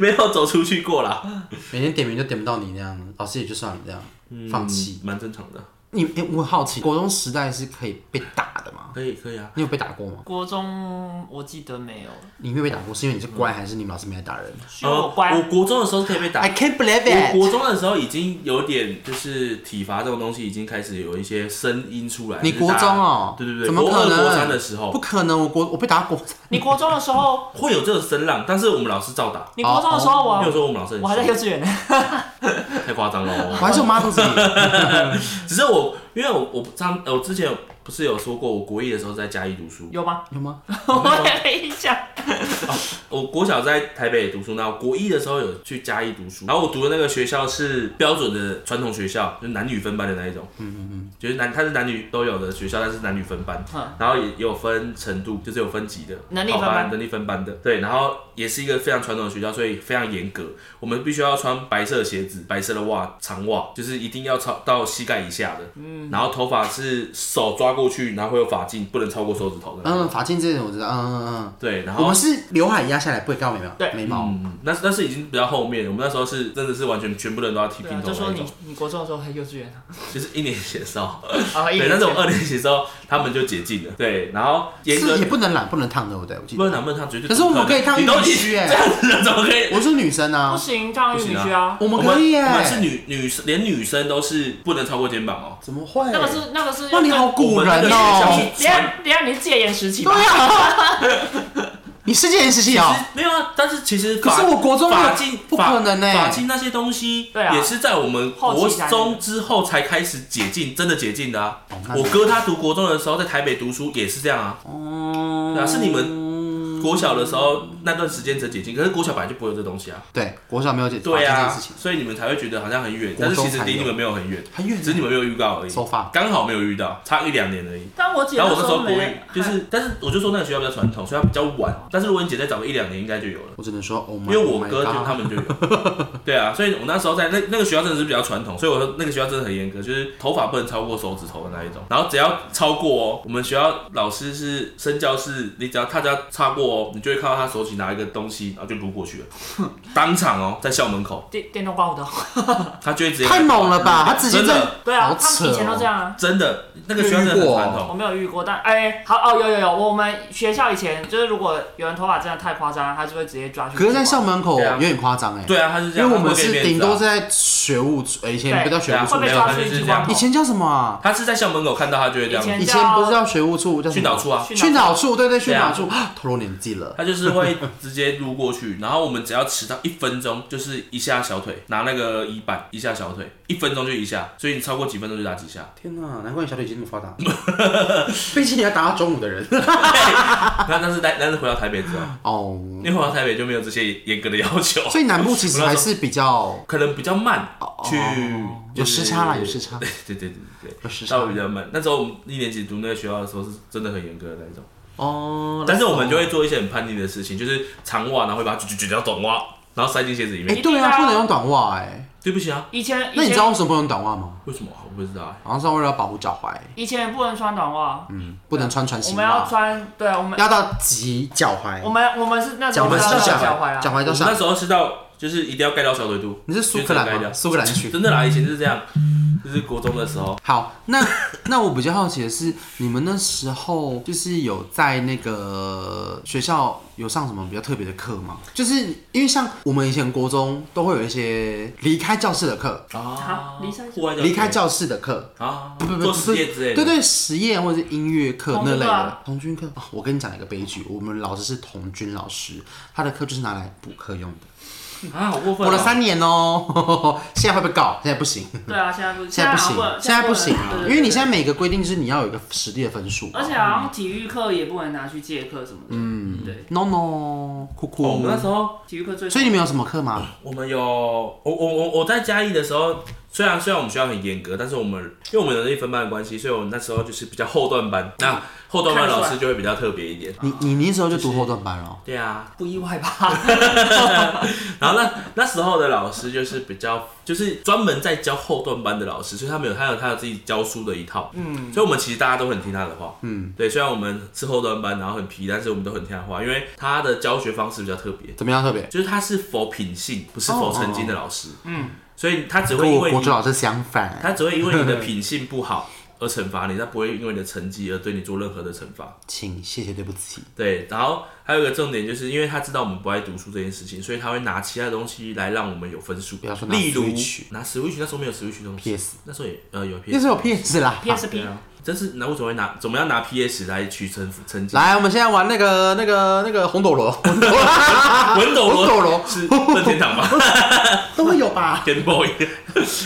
Speaker 2: 没有走出去过啦，
Speaker 1: 每天点名就点不到你那样，老师也就算了这样，放弃。
Speaker 2: 嗯蛮正常的，
Speaker 1: 你哎、我好奇，国中时代是可以被打的吗？
Speaker 2: 可以可以啊，
Speaker 1: 你有被打过吗？
Speaker 3: 国中我记得没有，
Speaker 1: 你没有被打过，是因为你是乖，还是你们老师没来打人
Speaker 3: 是因为我乖。
Speaker 2: 哦我国中的时候是可以被嗯打
Speaker 1: ？I can't believe
Speaker 2: 我
Speaker 1: it！
Speaker 2: 国中的时候已经有点就是体罚这种东西已经开始有一些声音出来。
Speaker 1: 你
Speaker 2: 就是
Speaker 1: 国
Speaker 2: 大家
Speaker 1: 中哦、
Speaker 2: 对对对，
Speaker 1: 怎么可
Speaker 2: 国
Speaker 1: 能？
Speaker 2: 二国三的时
Speaker 1: 不
Speaker 2: 候
Speaker 1: 可能，我国我被打过，
Speaker 3: 你国中的时候，
Speaker 2: 会有这个声浪，但是我们老师照打。
Speaker 1: 哦
Speaker 3: 你国中的时候
Speaker 2: 没有
Speaker 3: 我
Speaker 2: 说我们老师很
Speaker 3: 我还在
Speaker 2: 凶
Speaker 3: 幼稚园呢。
Speaker 2: 太夸张了
Speaker 1: 我
Speaker 2: 哦。
Speaker 1: 还是我妈肚子里。
Speaker 2: 只是我因为我我上呃我之前不是有说过，我国一的时候在嘉义读书，
Speaker 3: 有 吗？
Speaker 1: 有吗？
Speaker 3: 我也没印象。
Speaker 2: 我国小在台北读书，然后国一的时候有去嘉义读书，然后我读的那个学校是标准的传统学校，就是男女分班的那一种，嗯嗯嗯，就是男它是男女都有的学校，但是男女分班，
Speaker 3: 嗯
Speaker 2: 然后也也有分程度，就是有分级的，
Speaker 3: 能力分班
Speaker 2: 好能力分班的，对，然后也是一个非常传统的学校，所以非常严格，我们必须要穿白色的鞋子、白色的袜、长袜，就是一定要超到膝盖以下的，嗯，然后头发是手抓过去，然后会有发髻，不能超过手指头的那种，
Speaker 1: 嗯，法镜这种我知道，嗯嗯嗯。
Speaker 2: 对，然后
Speaker 1: 我们是刘海压下来不会到眉毛，
Speaker 3: 对
Speaker 1: 眉毛。
Speaker 2: 嗯，那那是已经比较后面，我们那时候是真的是完全全部人都要剃
Speaker 3: 对
Speaker 2: 平
Speaker 3: 啊，
Speaker 2: 头
Speaker 3: 就
Speaker 2: 那
Speaker 3: 说
Speaker 2: 一种
Speaker 3: 你，你国中的时候还幼稚园啊？
Speaker 2: 就是一年级的 时候，
Speaker 3: 啊，一
Speaker 2: 对，
Speaker 3: 年
Speaker 2: 但是我
Speaker 3: 前
Speaker 2: 二年级的时候他们就解禁了，对，然后严格
Speaker 1: 是也不能染，不能烫，对不对？我记
Speaker 2: 嗯不
Speaker 1: 得。
Speaker 2: 能不能烫绝对，
Speaker 1: 可是我们可以烫
Speaker 2: 你
Speaker 1: 玉
Speaker 2: 都
Speaker 1: 米
Speaker 2: 已经
Speaker 1: 须
Speaker 2: 这
Speaker 1: 哎，
Speaker 2: 样子了，怎么可以？
Speaker 1: 我是女生
Speaker 3: 不
Speaker 1: 啊，
Speaker 3: 行，烫玉米
Speaker 2: 不
Speaker 3: 须
Speaker 2: 行
Speaker 3: 啊。
Speaker 1: 我
Speaker 2: 我
Speaker 1: 们可以
Speaker 2: 我们是
Speaker 1: 哎，
Speaker 2: 女女生，连女生都是不能超过肩膀哦。
Speaker 1: 怎么会？
Speaker 3: 那个是那个是
Speaker 1: 哇，你好古人
Speaker 2: 我
Speaker 1: 哦
Speaker 2: 们！
Speaker 3: 你等一下等一下你是戒严时期吧
Speaker 1: 对？啊，你是这件事情
Speaker 2: 其
Speaker 1: 哦
Speaker 2: 实。没有啊，但是其实
Speaker 1: 可
Speaker 2: 法
Speaker 1: 是我国中没有
Speaker 2: 法禁
Speaker 1: 不可能欸
Speaker 2: 法禁那些东西
Speaker 3: 对啊
Speaker 2: 也是在我们国
Speaker 3: 后期才
Speaker 2: 中之后才开始解禁，真的解禁的啊。
Speaker 1: 哦那
Speaker 2: 我哥他读国中的时候在台北读书也是这样啊，
Speaker 1: 哦
Speaker 2: 对啊，是你们国小的时候那段时间才解禁，可是国小本来就不会有这东西啊，
Speaker 1: 对国小没有解决这
Speaker 2: 对
Speaker 1: 件
Speaker 2: 啊
Speaker 1: 事，情，
Speaker 2: 所以你们才会觉得好像很远，
Speaker 1: 国
Speaker 2: 但
Speaker 1: 中
Speaker 2: 是其实
Speaker 1: 才有
Speaker 2: 离你们没有很远，
Speaker 1: 很远
Speaker 2: 只是你们没有遇到而已，
Speaker 1: 手法
Speaker 2: 刚好没有遇到，差一两年而已。
Speaker 3: 但我姐
Speaker 2: 然后我那时候国
Speaker 3: 没哎
Speaker 2: 语，就是，但是我就说那个学校比较传统，所以它比较晚。但是如果你姐再早个一两年，应该就有了。
Speaker 1: 我只能说，Oh my，
Speaker 2: 因为我哥就
Speaker 1: oh my
Speaker 2: 他
Speaker 1: God
Speaker 2: 们就有， 对啊，所以我那时候在那那个学校真的是比较传统，所以我说那个学校真的很严格，就是头发不能超过手指头的那一种，然后只要超过哦，我们学校老师是身教是，你只要他只要擦过哦，你就会看到他手起拿一个东西，然后就撸过去了， 当场哦，在校门口，
Speaker 3: 电电动刮胡刀。
Speaker 2: 他就会直接
Speaker 1: 太猛了吧？他直接
Speaker 2: 嗯真
Speaker 1: 在
Speaker 2: 的
Speaker 3: 对啊
Speaker 1: 好，
Speaker 3: 他
Speaker 1: 扯
Speaker 3: 们以前都
Speaker 1: 哦
Speaker 3: 这样啊。
Speaker 2: 真的那个学校真的很传
Speaker 3: 我
Speaker 2: 统，
Speaker 3: 没有遇过，但哎、好哦，有有有，我们学校以前就是，如果有人头发真的太夸张，他就会直接抓去。
Speaker 1: 可是，在校，门口
Speaker 2: 对啊
Speaker 1: 有点夸张哎，
Speaker 2: 对啊，他是这
Speaker 1: 因
Speaker 2: 样，
Speaker 1: 为我们
Speaker 2: 他不会
Speaker 1: 是
Speaker 2: 给面
Speaker 1: 顶
Speaker 2: 子啊
Speaker 1: 多是在学务处，呃以前不叫学务
Speaker 2: 对啊
Speaker 1: 处
Speaker 3: 会，被
Speaker 2: 没有
Speaker 3: 抓
Speaker 2: 他
Speaker 3: 去
Speaker 2: 就是
Speaker 3: 聚
Speaker 2: 这样
Speaker 3: 光
Speaker 1: 以前叫什么啊？
Speaker 2: 他是在校门口看到他就会这样
Speaker 3: 以
Speaker 2: 子，
Speaker 1: 以
Speaker 3: 以
Speaker 1: 前
Speaker 3: 前
Speaker 1: 不是叫学务处，叫什么
Speaker 2: 训导处啊，
Speaker 3: 去
Speaker 1: 训
Speaker 3: 哪？
Speaker 1: 导处，对对，训
Speaker 2: 对啊
Speaker 1: 导处，透露年纪 了。
Speaker 2: 他就是会直接撸过去，然后我们只要迟到一分钟，就是一下小腿，拿那个椅板一下小腿，一分钟就一下，所以你超过几分钟就打几下。
Speaker 1: 天哪，难怪你小腿肌那么发 达。毕竟你要打到中午的人。
Speaker 2: 那但是但但是回到台北之后，
Speaker 1: 哦，
Speaker 2: 因为回到台北就没有这些严格的要求，
Speaker 1: 所以南哦部其实还是比较哦
Speaker 2: 可能比较慢 去、
Speaker 1: 有时差啦，有时
Speaker 2: 差，
Speaker 1: 差，
Speaker 2: 对对对对对。
Speaker 1: 有时
Speaker 2: 稍
Speaker 1: 差
Speaker 2: 微。比较慢，那时候我们一年级读那个学校的时候是真的很严格的那一种，
Speaker 1: 哦，
Speaker 2: 但是我们就会做一些很叛逆的事情，就是长袜，然后会把它卷卷掉短袜，然后塞进鞋子里
Speaker 1: 哎，
Speaker 2: 面。
Speaker 1: 对啊，不能用短袜哎。
Speaker 2: 对不起啊，
Speaker 3: 以前
Speaker 1: 那
Speaker 3: 以
Speaker 1: 你知道
Speaker 3: 前
Speaker 1: 为什么不能用短袜吗？
Speaker 2: 为什么啊我不知道啊？
Speaker 1: 好像是为了保护脚踝，
Speaker 3: 以前不能穿短袜，
Speaker 1: 不能穿船
Speaker 3: 我
Speaker 1: 型
Speaker 3: 们要
Speaker 1: 袜，
Speaker 3: 穿，对啊，我们
Speaker 1: 要到及脚
Speaker 3: 我
Speaker 1: 踝，
Speaker 3: 们我们是那时
Speaker 1: 脚
Speaker 3: 候
Speaker 1: 踝
Speaker 3: 是
Speaker 1: 是
Speaker 3: 要
Speaker 1: 脚
Speaker 3: 穿脚踝
Speaker 1: 踝，脚踝
Speaker 2: 我
Speaker 3: 啊，
Speaker 1: 到
Speaker 2: 们那
Speaker 1: 上。
Speaker 2: 时候是到，就是一定要盖到小腿肚，
Speaker 1: 你是苏格兰
Speaker 2: 就是整个盖
Speaker 1: 吗？
Speaker 2: 掉
Speaker 1: 苏格兰去。
Speaker 2: 真的啦，以前就是这样，就是国中的时候，
Speaker 1: 好，那那我比较好奇的是，你们那时候就是有在那个学校有上什么比较特别的课吗？就是因为像我们以前国中都会有一些离开教室的课，
Speaker 2: 啊
Speaker 3: 好离开
Speaker 2: 户外教学
Speaker 1: 离开教室的课，
Speaker 2: 啊，
Speaker 1: 不不不
Speaker 2: 做实验之类的，
Speaker 1: 对对，实验或者是音乐课那类
Speaker 3: 童军课
Speaker 1: 的
Speaker 3: 啊
Speaker 1: 童军课、哦啊我跟你讲一个悲剧，我们老师是童军老师，他的课就是拿来补课用的。
Speaker 2: 啊，好过
Speaker 1: 我
Speaker 2: 分、哦！
Speaker 1: 了三年哦， 现在会被告，现在不行，
Speaker 3: 对啊，现在不，
Speaker 1: 现在不行，现在不行啊，因为你现在
Speaker 3: 在。
Speaker 1: 每个规定是你要有一个实力的分数
Speaker 3: 而且好像体育课也不能拿去借课什么的，嗯，对，
Speaker 1: ，no no，酷酷，
Speaker 2: 哦我们那时候，啊
Speaker 3: 体育课最
Speaker 1: 所以你们有什么课吗？
Speaker 2: 我们有我我我我在嘉义的时候，虽然虽然我们学校很严格，但是我们因为我们有一分班的关系，所以我们那时候就是比较后段班。那后段班
Speaker 3: 看得出
Speaker 2: 老
Speaker 3: 来
Speaker 2: 师就会比较特别一点。
Speaker 1: 你你那时候就读后段班了哦，
Speaker 2: 对啊，
Speaker 3: 不 意外吧？
Speaker 1: 啊
Speaker 2: 然后那那时候的老师就是比较，就是专门在教后段班的老师，所以他们有他有他有自己教书的一套，嗯，所以我们其实大家都很听他的话，嗯，对，虽然我们是后段班，然后很皮，但是我们都很听他的话，因为他的教学方式比较特别，
Speaker 1: 怎么样特别？
Speaker 2: 就是他是否品性，不是否曾经的老师，嗯，所以他只会
Speaker 1: 跟
Speaker 2: 因
Speaker 1: 我
Speaker 2: 为
Speaker 1: 国
Speaker 2: 你
Speaker 1: 主老师相反，
Speaker 2: 他只会因为你的品性不好而惩罚你，他不会因为你的成绩而对你做任何的惩罚，
Speaker 1: 请谢谢对不起，
Speaker 2: 对，然后还有一个重点，就是因为他知道我们不爱读书这件事情，所以他会拿其他东西来让我们有分数。
Speaker 1: 比方说拿
Speaker 2: 例如
Speaker 1: Switch
Speaker 2: 拿 Switch，那时候没有 Switch 这东西
Speaker 1: PS
Speaker 2: 那时候也呃有 PS，
Speaker 1: 那时候有 PS 啦。
Speaker 2: 对
Speaker 3: PSP
Speaker 2: 啊，但是那为什么会拿怎么样拿 PS 来取成成绩？
Speaker 1: 来，我们现在玩那个、那个、那个红斗 罗，红斗罗
Speaker 2: 文斗
Speaker 1: 文斗
Speaker 2: 罗
Speaker 1: 罗
Speaker 2: 是任 天堂吧
Speaker 1: 都会有吧？
Speaker 2: ？Game Boy，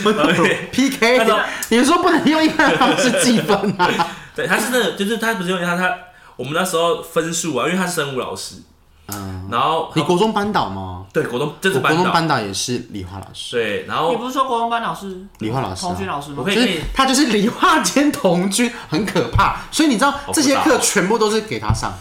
Speaker 1: 文斗罗 PK，
Speaker 2: 那种
Speaker 1: 你们说不能用一般的方式计分啊？
Speaker 2: 对，他是真的，就是他不是因为他他我们那时候分数啊，因为他是生物老师，
Speaker 1: 嗯，
Speaker 2: 然后
Speaker 1: 你国中班导吗？
Speaker 2: 对国中这
Speaker 1: 我
Speaker 2: 是
Speaker 1: 国
Speaker 2: 班
Speaker 1: 中
Speaker 2: 导，
Speaker 1: 班导也是理化老师，
Speaker 2: 对，然
Speaker 3: 你
Speaker 2: 后
Speaker 3: 不是说国文班老师、
Speaker 1: 理化老师、
Speaker 3: 同军
Speaker 1: 啊。
Speaker 3: 老师
Speaker 2: 我
Speaker 3: 吗
Speaker 2: 可？以
Speaker 1: 就是他就是理化兼同居，很可怕。所以你知道
Speaker 2: 复杂
Speaker 1: 这些课全部都是给他上，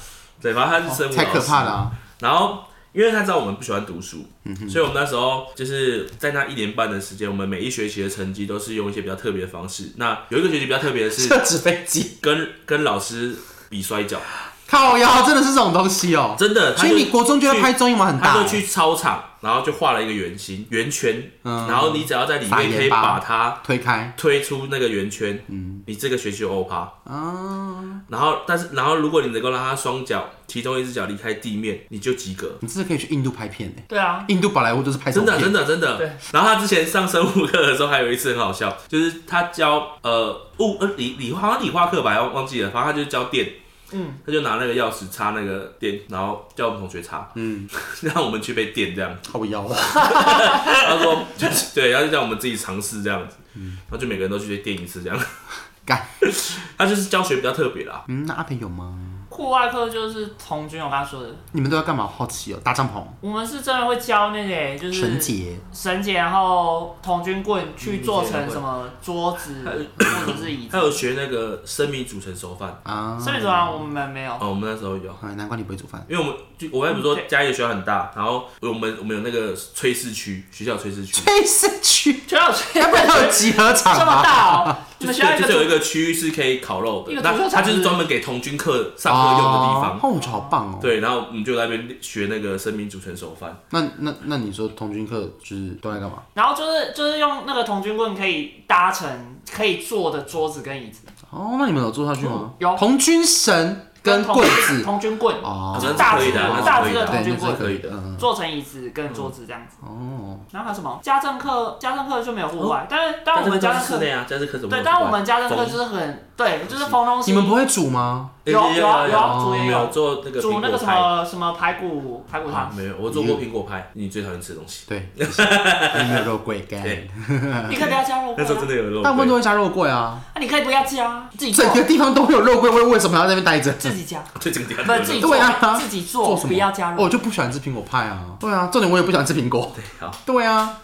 Speaker 2: 对，反正他是生物老
Speaker 1: 才
Speaker 2: 师，
Speaker 1: 可怕的啊！
Speaker 2: 然后因为他知道我们不喜欢读书，
Speaker 1: 嗯
Speaker 2: 所以我们那时候就是在那一年半的时间，我们每一学期的成绩都是用一些比较特别的方式。那有一个学期比较特别的是 啊
Speaker 1: 这纸飞机
Speaker 2: 跟跟老师比摔跤，
Speaker 1: 靠腰真的是这种东西哦。
Speaker 2: 真的。他
Speaker 1: 所以你国中就要拍综艺玩很
Speaker 2: 他
Speaker 1: 大欸
Speaker 2: 就，去操场，然后就画了一个圆形圆圈，
Speaker 1: 嗯
Speaker 2: 然后你只要在里
Speaker 1: 撒
Speaker 2: 面
Speaker 1: 盐
Speaker 2: 可以
Speaker 1: 巴
Speaker 2: 把它
Speaker 1: 推开
Speaker 2: 推出那个圆圈，你这个学期就欧趴。
Speaker 1: 嗯啊！
Speaker 2: 然后，但是，然后如果你能够让他双脚其中一只脚离开地面，你就及格。
Speaker 1: 你真的可以去印度拍片呢，欸
Speaker 3: 对啊，
Speaker 1: 印度宝莱坞都是拍这
Speaker 2: 真
Speaker 1: 种
Speaker 2: 的，
Speaker 1: 片
Speaker 2: 真的，真
Speaker 3: 对
Speaker 2: 的。然后他之前上生物课的时候，还有一次很好笑，就是他教呃物呃理理化好像理化课吧，忘忘记了，反正他就是教电。
Speaker 3: 嗯，
Speaker 2: 他就拿那个钥匙插那个电，然后叫我们同学插，
Speaker 1: 嗯，
Speaker 2: 让我们去被电这样。
Speaker 1: 靠腰啊。
Speaker 2: 他说 就是对，然后就让我们自己尝试这样子，然后就每个人都去被电一次这样。
Speaker 1: 干，
Speaker 2: 他就是教学比较特别啦。
Speaker 1: 嗯，那阿培有吗？
Speaker 3: 户外课就是童军，我刚刚说的，
Speaker 1: 你们都要干嘛？好奇哦，搭帐篷、
Speaker 3: 我们是真的会教那个就是
Speaker 1: 绳结，
Speaker 3: 绳结，然后童军棍去做成什么桌 子或者是椅
Speaker 2: 他
Speaker 3: 子。
Speaker 2: 有学那个生米煮成熟饭，
Speaker 1: 啊。
Speaker 3: 生理组啊，我们没有，
Speaker 2: 哦，我们那时候有。
Speaker 1: 哎，难怪你不会煮饭。
Speaker 2: 因为我们就我刚才不是说家里的学校很大，然后我们我们有那个炊事区，学校有炊事区，
Speaker 1: 黑市区，
Speaker 3: 全有这
Speaker 1: 要不然它有集合场
Speaker 3: 么
Speaker 1: 啊？
Speaker 3: 大哦，
Speaker 2: 就
Speaker 3: 你们
Speaker 2: 是
Speaker 3: 学校
Speaker 2: 对
Speaker 3: 一
Speaker 2: 就是有一
Speaker 3: 个
Speaker 2: 个区域是可以烤肉的
Speaker 3: 一个，
Speaker 2: 那
Speaker 3: 足球
Speaker 2: 它
Speaker 3: 场
Speaker 2: 就是专门给童军课上课用的地方。
Speaker 1: 哦，我觉得好棒哦。
Speaker 2: 对，然后我们就在那边学那个生米煮成熟饭，
Speaker 1: 那那那你说童军课就是都在干嘛？
Speaker 3: 然后就是就是用那个童军棍可以搭成可以坐的桌子跟椅子，
Speaker 1: 哦，那你们有做下去吗？
Speaker 3: 嗯有
Speaker 1: 童军绳跟棍子。
Speaker 3: 童军棍
Speaker 1: 哦
Speaker 2: 啊，
Speaker 3: 就
Speaker 2: 那
Speaker 3: 是
Speaker 2: 是
Speaker 3: 大
Speaker 2: 可以
Speaker 3: 只
Speaker 2: 的啊，
Speaker 3: 大
Speaker 2: 那是
Speaker 3: 只
Speaker 1: 对，
Speaker 2: 可以的
Speaker 3: 的童军
Speaker 1: 那是
Speaker 3: 棍
Speaker 1: 可以的。嗯
Speaker 3: 做成椅子跟桌子这样子。
Speaker 1: 嗯哦，
Speaker 3: 然后还有什么家政课？家政课就没有户外，但是当我们
Speaker 2: 家政
Speaker 3: 家政
Speaker 2: 课室
Speaker 3: 课
Speaker 2: 内啊，家政课怎么
Speaker 3: 对，
Speaker 2: 会有户外？
Speaker 3: 当我们家政课就是很对，就是缝东西。
Speaker 1: 你们不会煮吗？
Speaker 3: 有有有有
Speaker 2: 有
Speaker 3: 煮也
Speaker 2: 有
Speaker 3: 有
Speaker 2: 做那个
Speaker 3: 煮那
Speaker 2: 苹
Speaker 3: 个
Speaker 2: 果
Speaker 3: 什
Speaker 2: 派
Speaker 3: 么什么排骨排骨
Speaker 2: 啊
Speaker 3: 汤，
Speaker 2: 没有，我做过苹果派，你最讨厌吃的东西。
Speaker 1: 对，没有肉桂干。
Speaker 2: 对
Speaker 3: 你可以不要加肉桂
Speaker 2: 那时候真
Speaker 3: 啊，
Speaker 2: 的有肉
Speaker 1: 大部分都
Speaker 2: 桂，
Speaker 1: 会加肉桂啊，
Speaker 3: 那你可以不要加，自己做
Speaker 1: 整个地方都会有肉桂味，为什么要在那边待着？
Speaker 3: 自己加，
Speaker 2: 对整个地方
Speaker 3: 不
Speaker 2: 都有
Speaker 3: 是自己
Speaker 2: 肉
Speaker 3: 做
Speaker 1: 对啊
Speaker 3: 自己
Speaker 1: 做
Speaker 3: 做，
Speaker 1: 什么
Speaker 3: 不要加
Speaker 1: 哦我
Speaker 3: 肉。
Speaker 1: 就不喜欢吃苹果派啊。对啊，重点我也不喜欢吃苹果。
Speaker 2: 桂好。
Speaker 1: 对啊，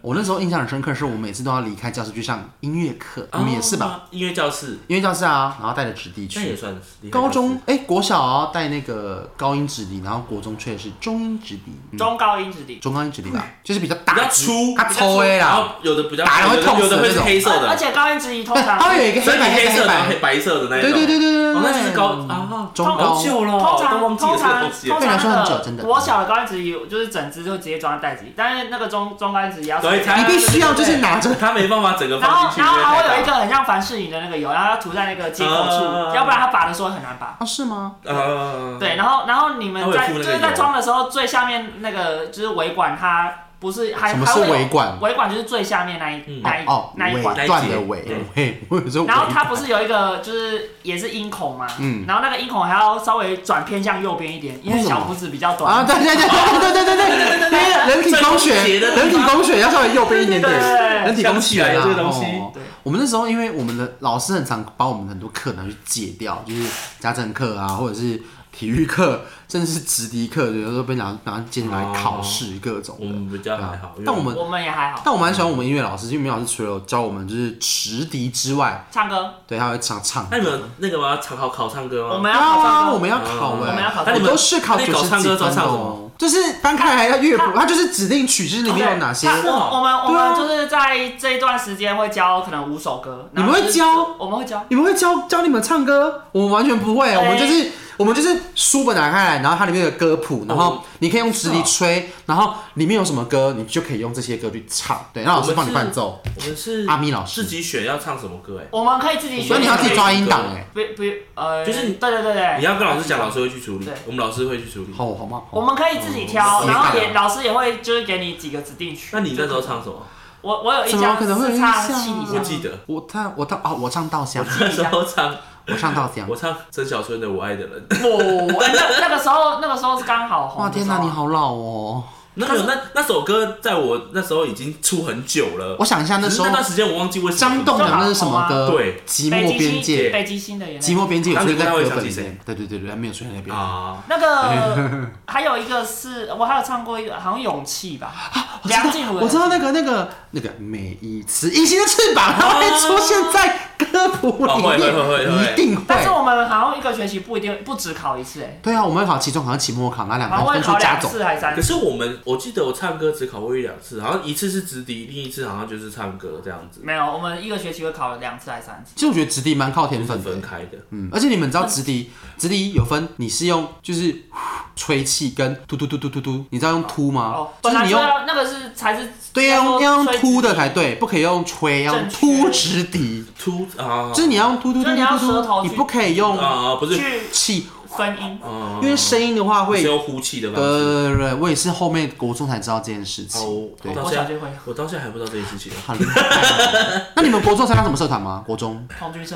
Speaker 1: 我那时候印象很深刻，是我每次都要离开教室去上音乐课，你们也是吧？
Speaker 2: 啊？音乐教室
Speaker 1: 音乐教室啊，然后带着纸笛
Speaker 2: 那也
Speaker 1: 去。
Speaker 2: 算是
Speaker 1: 高中哎、国小啊带那个高音纸笛，然后国中吹的是中音纸笛，嗯、
Speaker 3: 中高音质地，
Speaker 1: 中高音纸笛吧，就是比较
Speaker 2: 比较
Speaker 1: 大支
Speaker 2: 粗，
Speaker 1: 它抽 A
Speaker 2: 然
Speaker 1: 啦，
Speaker 2: 后有的比较
Speaker 1: 打了会
Speaker 2: 有的
Speaker 1: 痛死
Speaker 2: 有的会
Speaker 1: 那
Speaker 2: 是
Speaker 1: 种
Speaker 2: 黑色
Speaker 3: 而
Speaker 2: 的，
Speaker 3: 且高音质地通常
Speaker 1: 它会有一个
Speaker 2: 所以
Speaker 1: 黑
Speaker 2: 你
Speaker 1: 白
Speaker 2: 黑
Speaker 1: 黑
Speaker 2: 色的然后
Speaker 1: 白
Speaker 2: 黑，白色的那一
Speaker 1: 对
Speaker 2: 种。
Speaker 1: 对对对对
Speaker 2: 哦
Speaker 1: 对，，
Speaker 2: 那就是高啊，
Speaker 1: 中
Speaker 2: 好
Speaker 1: 高。
Speaker 2: 旧了，
Speaker 3: 通
Speaker 2: 都
Speaker 3: 常
Speaker 2: 忘记了这
Speaker 3: 通
Speaker 2: 个
Speaker 3: 常
Speaker 2: 东西了
Speaker 3: 通
Speaker 1: 对你说
Speaker 3: 常
Speaker 1: 很
Speaker 3: 那
Speaker 1: 久
Speaker 3: 个
Speaker 1: 真的
Speaker 3: 我小的高音质地就是整只就直接装在袋子里，但是那个中中高音质地要
Speaker 2: 所以它
Speaker 1: 你必须要就是拿着
Speaker 2: 他没办法整个
Speaker 3: 然
Speaker 2: 放
Speaker 3: 后
Speaker 2: 进去，
Speaker 3: 然后还会有
Speaker 2: 因为
Speaker 3: 一个很像凡士林的那个油，然后要涂在那个接口处，
Speaker 2: 啊
Speaker 3: 要不然它拔的时候很难拔。
Speaker 1: 啊是吗？
Speaker 2: 太大呃，
Speaker 3: 对，然后然后你们
Speaker 2: 它会
Speaker 3: 在
Speaker 2: 附
Speaker 3: 就
Speaker 2: 那个
Speaker 3: 是在
Speaker 2: 油
Speaker 3: 装的时候，最下面那个就是尾管它。不是还
Speaker 1: 什么
Speaker 3: 还
Speaker 1: 是
Speaker 3: 会有
Speaker 1: 维管？
Speaker 3: 维管就是最下面那一、
Speaker 2: 嗯
Speaker 3: 那一、
Speaker 1: 哦，
Speaker 3: 那一管。
Speaker 1: 尾段的
Speaker 2: 那一
Speaker 1: 尾
Speaker 2: 节
Speaker 1: 尾，我有时候尾
Speaker 3: 然后它不是有一个就是也是音孔嘛，
Speaker 1: 嗯
Speaker 3: 然后那个音孔还要稍微转偏向右边一点，因为
Speaker 1: 为什么
Speaker 3: 小拇指比较短。
Speaker 1: 啊，对对对对对对对对对对，人体工学，人体工学要稍微右边一点
Speaker 3: 对
Speaker 1: 点。人体工学
Speaker 2: 想
Speaker 1: 啦，
Speaker 2: 起来这个东西
Speaker 1: 哦
Speaker 3: 对
Speaker 1: 我们那时候因为我们的老师很常把我们很多课拿去戒掉，就是家政课啊，或者是体育课，甚至是直笛课，有时候被拿拿去戒拿来考试各种
Speaker 2: 我
Speaker 1: 的。
Speaker 2: 们比较还哦好，
Speaker 1: 啊
Speaker 2: 因为
Speaker 1: 但我们
Speaker 3: 我们也还好，
Speaker 1: 但我蛮喜欢我们音乐老师，因为明老师除了有教我们就是直笛之外，
Speaker 3: 唱歌
Speaker 1: 对，他会唱唱。
Speaker 2: 那你们那个吗？考考考唱歌吗？
Speaker 3: 我们要考唱
Speaker 1: 啊，
Speaker 3: 歌，
Speaker 1: 我们要考哎、
Speaker 3: 我们要考
Speaker 1: 我
Speaker 2: 那哦你们
Speaker 1: 都是考
Speaker 2: 那
Speaker 1: 九
Speaker 2: 你搞
Speaker 1: 十
Speaker 2: 唱歌
Speaker 1: 几
Speaker 2: 都
Speaker 1: 分的
Speaker 2: 唱什
Speaker 1: 哦，就是翻开来要乐谱，它就是指定曲，就是里面有哪些。
Speaker 3: 对我我们我
Speaker 1: 对啊
Speaker 3: 们就是在这一段时间会教可能五首歌，然
Speaker 1: 你们
Speaker 3: 后
Speaker 1: 会
Speaker 3: 就是
Speaker 1: 教？
Speaker 3: 我们会教。
Speaker 1: 你们会教教你们唱歌？我们完全不会，
Speaker 3: 哎
Speaker 1: 我们就是我们就是书本打开来，然后它里面有歌谱，然后你可以用直笛吹，然后里面有什么歌，你就可以用这些歌去唱。对，让老师帮你伴奏。
Speaker 2: 我们是
Speaker 1: 阿咪老师
Speaker 2: 自己选要唱什么歌，哎
Speaker 3: 我们可以自己
Speaker 1: 所
Speaker 3: 选，
Speaker 1: 以你要自己抓音档哎，
Speaker 3: 不不呃，
Speaker 2: 就是你
Speaker 3: 对对对
Speaker 2: 哎，
Speaker 3: 对
Speaker 2: 你，要跟老师讲，老师会去处理
Speaker 3: 对，
Speaker 2: 我们老师会去处理。
Speaker 1: 好好吗？
Speaker 3: 我们可以自己
Speaker 1: 嗯
Speaker 3: 挑，
Speaker 1: 自己
Speaker 3: 然后也
Speaker 1: 看
Speaker 3: 老师也会就是给你几个指定曲。
Speaker 2: 哦那你那时候唱什么？
Speaker 3: 我我有一
Speaker 1: 怎么
Speaker 3: 家
Speaker 1: 可能会有
Speaker 3: 是
Speaker 1: 印
Speaker 3: 唱
Speaker 1: 象
Speaker 3: 七里
Speaker 1: 啊
Speaker 2: 我
Speaker 3: 香，
Speaker 2: 记得
Speaker 1: 我唱我到啊，我唱稻香，
Speaker 2: 那
Speaker 3: 啊
Speaker 2: 时候唱
Speaker 1: 我唱稻香
Speaker 2: 我。唱曾小春的《我爱的人》，
Speaker 3: 我那那个时候那个时候是刚好红
Speaker 1: 哇
Speaker 3: 的时
Speaker 1: 天
Speaker 3: 候。
Speaker 1: 哪，你好老哦！
Speaker 2: 那个那那首歌在我那时候已经出很久了
Speaker 1: 我，想一下那
Speaker 2: 只
Speaker 1: 时
Speaker 2: 是
Speaker 1: 候
Speaker 2: 那段时间我忘记为什么
Speaker 1: 张栋的那是什么歌？
Speaker 2: 对，
Speaker 1: 寂
Speaker 3: 北
Speaker 1: 寞边
Speaker 3: 极星
Speaker 1: 界。
Speaker 3: 北极星的眼
Speaker 1: 寂
Speaker 3: 泪。
Speaker 1: 寞边界有出现在
Speaker 2: 那你
Speaker 1: 歌
Speaker 2: 不太会
Speaker 1: 本
Speaker 2: 想
Speaker 1: 里
Speaker 2: 起谁
Speaker 1: 面，对对对对，还没有出现在那边。
Speaker 2: 啊，
Speaker 3: 那个还有一个是我还有唱过一个，好像勇气吧，
Speaker 1: 啊我知道
Speaker 3: 梁静茹的。
Speaker 1: 我知道那个那个那个每一次隐形的翅膀，它会出现在歌谱
Speaker 2: 哦会
Speaker 1: 里面，
Speaker 2: 会会会会
Speaker 1: 一定
Speaker 3: 但是
Speaker 1: 会。
Speaker 3: 我们好像一个学期不一定不只考一次，哎，
Speaker 1: 对啊，我们会考期中考、期末考，那两
Speaker 3: 好像
Speaker 1: 个
Speaker 3: 会
Speaker 1: 分数
Speaker 3: 考
Speaker 1: 加
Speaker 3: 两
Speaker 1: 总。
Speaker 3: 次还是三
Speaker 2: 可
Speaker 3: 次。
Speaker 2: 是我们，我记得我唱歌只考过一两次，好像一次是直笛，另一次好像就是唱歌这样子，
Speaker 3: 没有，我们一个学期会考两次还是三次。
Speaker 1: 其实我觉得直笛蛮靠天
Speaker 2: 是
Speaker 1: 分的
Speaker 2: 分，开的。
Speaker 1: 嗯，而且你们知道直笛，直笛有分，你是用就是吹气跟突突突突突突，你知道用突吗
Speaker 3: 哦，？
Speaker 1: 就
Speaker 3: 本
Speaker 1: 是
Speaker 3: 来
Speaker 1: 你
Speaker 3: 就
Speaker 1: 用
Speaker 3: 要那个是才是
Speaker 1: 对
Speaker 3: 要
Speaker 1: 要用
Speaker 3: 说
Speaker 1: 要用
Speaker 3: 吹
Speaker 1: 突的
Speaker 3: 直笛
Speaker 1: 才对，不可以用吹，要用
Speaker 3: 正确
Speaker 1: 突直笛，
Speaker 2: 突啊，
Speaker 1: 就是你要用突突
Speaker 3: 就
Speaker 1: 突
Speaker 3: 是你要
Speaker 1: 突
Speaker 3: 舌
Speaker 1: 突，
Speaker 3: 头
Speaker 1: 你
Speaker 3: 去
Speaker 1: 不可以用
Speaker 2: 啊，不是，
Speaker 3: 去
Speaker 1: 气，
Speaker 3: 分音。
Speaker 2: 啊
Speaker 1: 因为声音的话会
Speaker 2: 是用呼气的方式。
Speaker 1: 对对对，我也是后面国中才知道这件事情。
Speaker 2: 哦，
Speaker 1: 对
Speaker 2: 我到
Speaker 3: 我
Speaker 2: 现
Speaker 3: 小
Speaker 2: 在
Speaker 3: 学会
Speaker 2: 我到现在还不知道这件事情。啊
Speaker 1: 好厉 害！那你们国中参加什么社团吗？国中
Speaker 3: 同居社，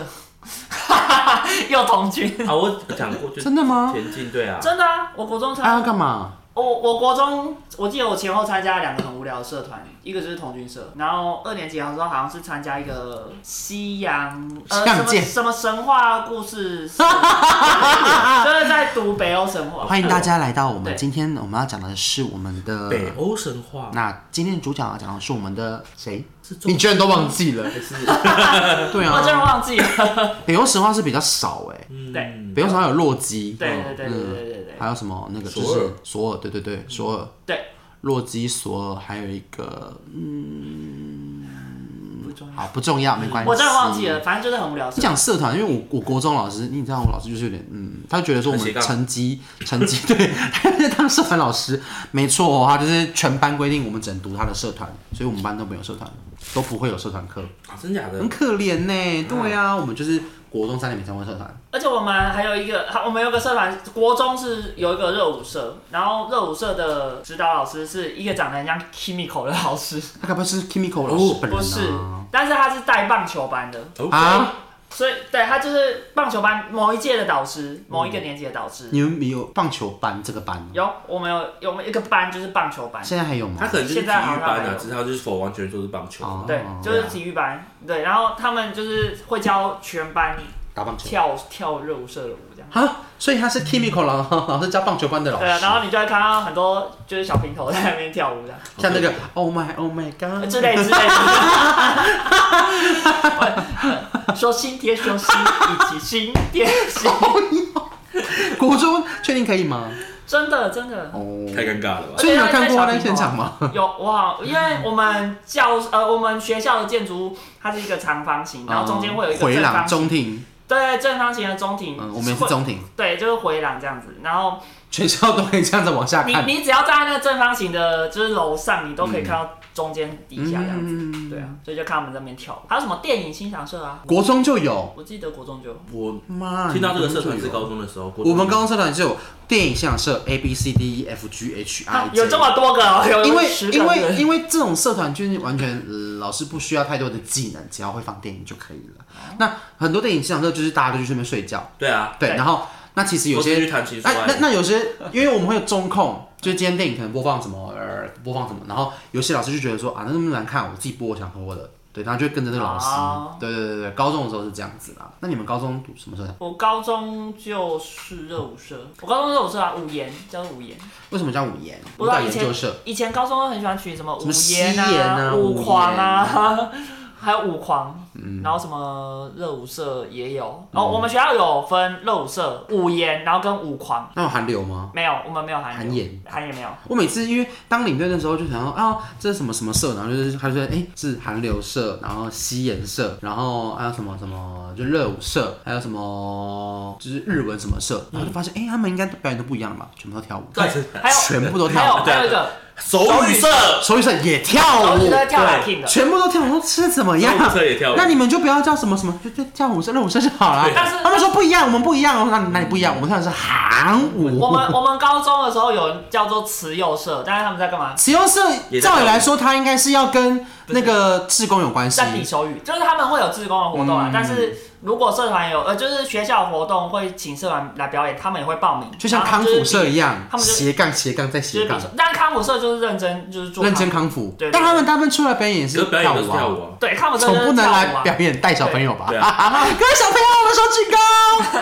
Speaker 3: 又同居，
Speaker 2: 啊，我讲过，就
Speaker 1: 真的吗？
Speaker 2: 田径队啊，
Speaker 3: 真的啊！我国中参
Speaker 1: 啊，要干嘛？
Speaker 3: 我我国中，我记得我前后参加了两个很无聊的社团，一个就是童军社，然后二年级的时候好像是参加一个西洋呃
Speaker 1: 干
Speaker 3: 什么
Speaker 1: 见
Speaker 3: 什么神话故事社，就是在读北欧 神话。
Speaker 1: 欢迎大家来到我们
Speaker 3: 哦对
Speaker 1: 今天我们要讲的是我们的
Speaker 2: 北欧神话
Speaker 1: 那今天的主角要讲的是我们的谁？
Speaker 2: 是中
Speaker 1: 你居然都忘记 了？
Speaker 2: 还是
Speaker 1: 对
Speaker 3: 我真的
Speaker 1: 啊，
Speaker 3: 忘记了。
Speaker 1: 北欧神话是比较少哎，
Speaker 2: 嗯，
Speaker 1: 北欧神话有洛基，嗯
Speaker 3: 对对对对对对对
Speaker 1: 还有什么那个就
Speaker 2: 索
Speaker 1: 是
Speaker 2: 尔
Speaker 1: 索尔，对对对，索尔，
Speaker 3: 对，
Speaker 1: 洛基、索尔，还有一个
Speaker 3: 对，不重要。
Speaker 1: 好不重要，没关系，
Speaker 3: 我真的忘记了，反正就是很无聊的社
Speaker 1: 你
Speaker 3: 团。
Speaker 1: 讲社团，因为我我国中老师，你知道我老师就是有点，嗯，他觉得说我
Speaker 2: 很斜
Speaker 1: 们
Speaker 2: 杠
Speaker 1: 成绩成绩 对，他在当社团老师，没错哦，他就是全班规定我们只能读他的社团，所以我们班都没有社团，都不会有社团课，
Speaker 2: 啊真假
Speaker 3: 嗯
Speaker 2: 的
Speaker 1: 很？可怜呢。对啊，我们就是国中三年没参加社团，
Speaker 3: 而且我们还有一个，我们有个社团，国中是有一个热舞社，然后热舞社的指导老师是一个长得很像 Kimiko 的老师，
Speaker 1: 他该不会是 Kimiko 老师本人
Speaker 3: 哦不是哦
Speaker 1: 啊？，
Speaker 3: 但是他是带棒球班的，
Speaker 2: 哦
Speaker 1: 啊，
Speaker 3: 所以对他就是棒球班某一届的导师，某一个年级的导师。
Speaker 1: 你们有棒球班这个班吗？
Speaker 3: 有，我们有有我们一个班就是棒球班，
Speaker 1: 现在还有吗？
Speaker 2: 他可能就是体育
Speaker 3: 现在好像
Speaker 2: 班
Speaker 3: 还
Speaker 2: 啊，
Speaker 3: 有
Speaker 2: 只是他就是否完全说是棒球。
Speaker 1: 哦
Speaker 3: 对，就是体育班，对，然后他们就是会教全班
Speaker 1: 打棒球
Speaker 3: 跳跳热舞社的舞这样。
Speaker 1: 啊，所以他是 Kimiko 老 老师教棒球班的老
Speaker 3: 对啊，
Speaker 1: 师
Speaker 3: 然。后你就会看到很多就是小平头在那边跳舞这样。
Speaker 1: 像那个 Oh my Oh my God
Speaker 3: 之类之类的。说新贴说新，一起新贴新，
Speaker 1: 国中确定可以吗？
Speaker 3: 真的真的
Speaker 1: 哦，
Speaker 2: 太尴尬了吧？
Speaker 1: 所以你有看过那个
Speaker 3: 啊
Speaker 1: 现场吗？
Speaker 3: 有我好，因为我们教呃我们学校的建筑物它是一个长方形，然后中间会有一个
Speaker 1: 回
Speaker 3: 正
Speaker 1: 廊
Speaker 3: 方形，
Speaker 1: 中庭，
Speaker 3: 对正方形的中庭，
Speaker 1: 嗯，我们也是
Speaker 3: 会
Speaker 1: 中庭，
Speaker 3: 对就是回廊这样子，然后
Speaker 1: 全校都可以这样子往下
Speaker 3: 你
Speaker 1: 看。
Speaker 3: 你只要站在那个正方形的，就是楼上，你都可以看到中间底下这样子。
Speaker 1: 嗯，
Speaker 3: 对啊，所以就看他们在那边跳舞。还有什么电影欣赏社啊？
Speaker 1: 国中就有，
Speaker 3: 我记得国中就有
Speaker 2: 我
Speaker 1: 妈，
Speaker 2: 听到这个社团
Speaker 1: 你
Speaker 2: 是
Speaker 1: 国中就有
Speaker 2: 高中的时候，
Speaker 1: 我们高中社团就有电影像社 A B C D E F G H
Speaker 3: 啊
Speaker 1: I，J
Speaker 3: 有这么多个哦，有
Speaker 1: 因为
Speaker 3: 十
Speaker 1: 因
Speaker 3: 个
Speaker 1: 为
Speaker 3: 人。
Speaker 1: 因为这种社团就是完全、呃老师不需要太多的技能，只要会放电影就可以了。那很多电影欣赏社就是大家就去那边睡觉，
Speaker 2: 对啊，
Speaker 1: 对，
Speaker 3: 对
Speaker 1: 然后那其实有
Speaker 2: 都是
Speaker 1: 些
Speaker 2: 去谈情说哎
Speaker 1: 那那
Speaker 2: 爱，
Speaker 1: 那有些，因为我们会有中控， 就今天电影可能播放什么，呃，播放什么，然后有些老师就觉得说啊，那那么难看，我自己播我想播的，对，然后就会跟着那个老师，
Speaker 3: 哦
Speaker 1: 对对对对，高中的时候是这样子啦。那你们高中读什么社团？
Speaker 3: 我高中就是热舞社，我高中热舞社啊，舞研叫做舞研。
Speaker 1: 为什么叫五研？
Speaker 3: 不
Speaker 1: 舞
Speaker 3: 知道
Speaker 1: 蹈
Speaker 3: 以
Speaker 1: 研
Speaker 3: 前
Speaker 1: 究社，
Speaker 3: 以前高中都很喜欢取什么
Speaker 1: 什
Speaker 3: 舞
Speaker 1: 么西
Speaker 3: 研
Speaker 1: 研啊
Speaker 3: 舞
Speaker 1: 舞
Speaker 3: 狂啊， 还有舞狂，
Speaker 1: 嗯
Speaker 3: 然后什么热舞社也有。哦，我们学校有分热舞社、舞研，然后跟舞狂。
Speaker 1: 那有韩流吗？
Speaker 3: 没有，我们没有韩
Speaker 1: 韩
Speaker 3: 演
Speaker 1: 研，
Speaker 3: 韩演没有。
Speaker 1: 我每次因为当领队的时候就想说啊，这是什么什么社，然后就是他就说哎、是韩流社，然后西研社，然后还有什么什么就热舞社，还有什么就是日文什么社，然后就发现哎、他们应该表演都不一样吧，全部都跳舞，
Speaker 3: 对，还有
Speaker 1: 全部都
Speaker 3: 还有
Speaker 1: 跳舞，
Speaker 2: 对
Speaker 3: 还有一个
Speaker 2: 手语社，
Speaker 1: 手语社也跳
Speaker 3: 我
Speaker 1: 舞
Speaker 3: 觉，得跳 l
Speaker 2: 对
Speaker 3: king 的，
Speaker 1: 哦全部都跳舞，我说这怎么样？
Speaker 2: 手语社也跳舞
Speaker 1: 那你们就不要叫什么什么，就就跳舞社、热舞社就好了
Speaker 2: 对。
Speaker 3: 但是
Speaker 1: 他们说不一样，我们不一样哦，那你那你不一样，我们跳的是韩舞。
Speaker 3: 我们我们高中的时候有人叫做慈幼社，但是他们在干嘛？
Speaker 1: 慈幼社
Speaker 2: 也在
Speaker 1: 照
Speaker 2: 跳舞
Speaker 1: 理来说，它应该是要跟那个志工有关系。
Speaker 3: 在比手语，就是他们会有志工的活动啊。
Speaker 1: 嗯
Speaker 3: 但是如果社团有呃，就是学校活动会请社团来表演，他们也会报名，
Speaker 1: 就像
Speaker 3: 然后
Speaker 1: 康
Speaker 3: 就是
Speaker 1: 复社一样，
Speaker 3: 他们就是
Speaker 1: 斜杠斜杠再
Speaker 3: 就
Speaker 1: 斜
Speaker 3: 是比
Speaker 1: 杠
Speaker 3: 手，，但康复社就是认真就是做
Speaker 1: 认真
Speaker 3: 康
Speaker 1: 康复
Speaker 3: 对对。
Speaker 1: 但他们大部分出来表演也
Speaker 2: 只
Speaker 1: 是
Speaker 2: 是表演都是跳
Speaker 1: 跳舞
Speaker 2: 舞啊
Speaker 3: 复，对康复
Speaker 1: 啊，
Speaker 3: 社
Speaker 1: 总
Speaker 3: 就是
Speaker 1: 不能
Speaker 3: 跳舞
Speaker 1: 来
Speaker 3: 啊。
Speaker 1: 表演带小朋友吧？
Speaker 2: 对
Speaker 1: 各位小朋友，我们手举 高。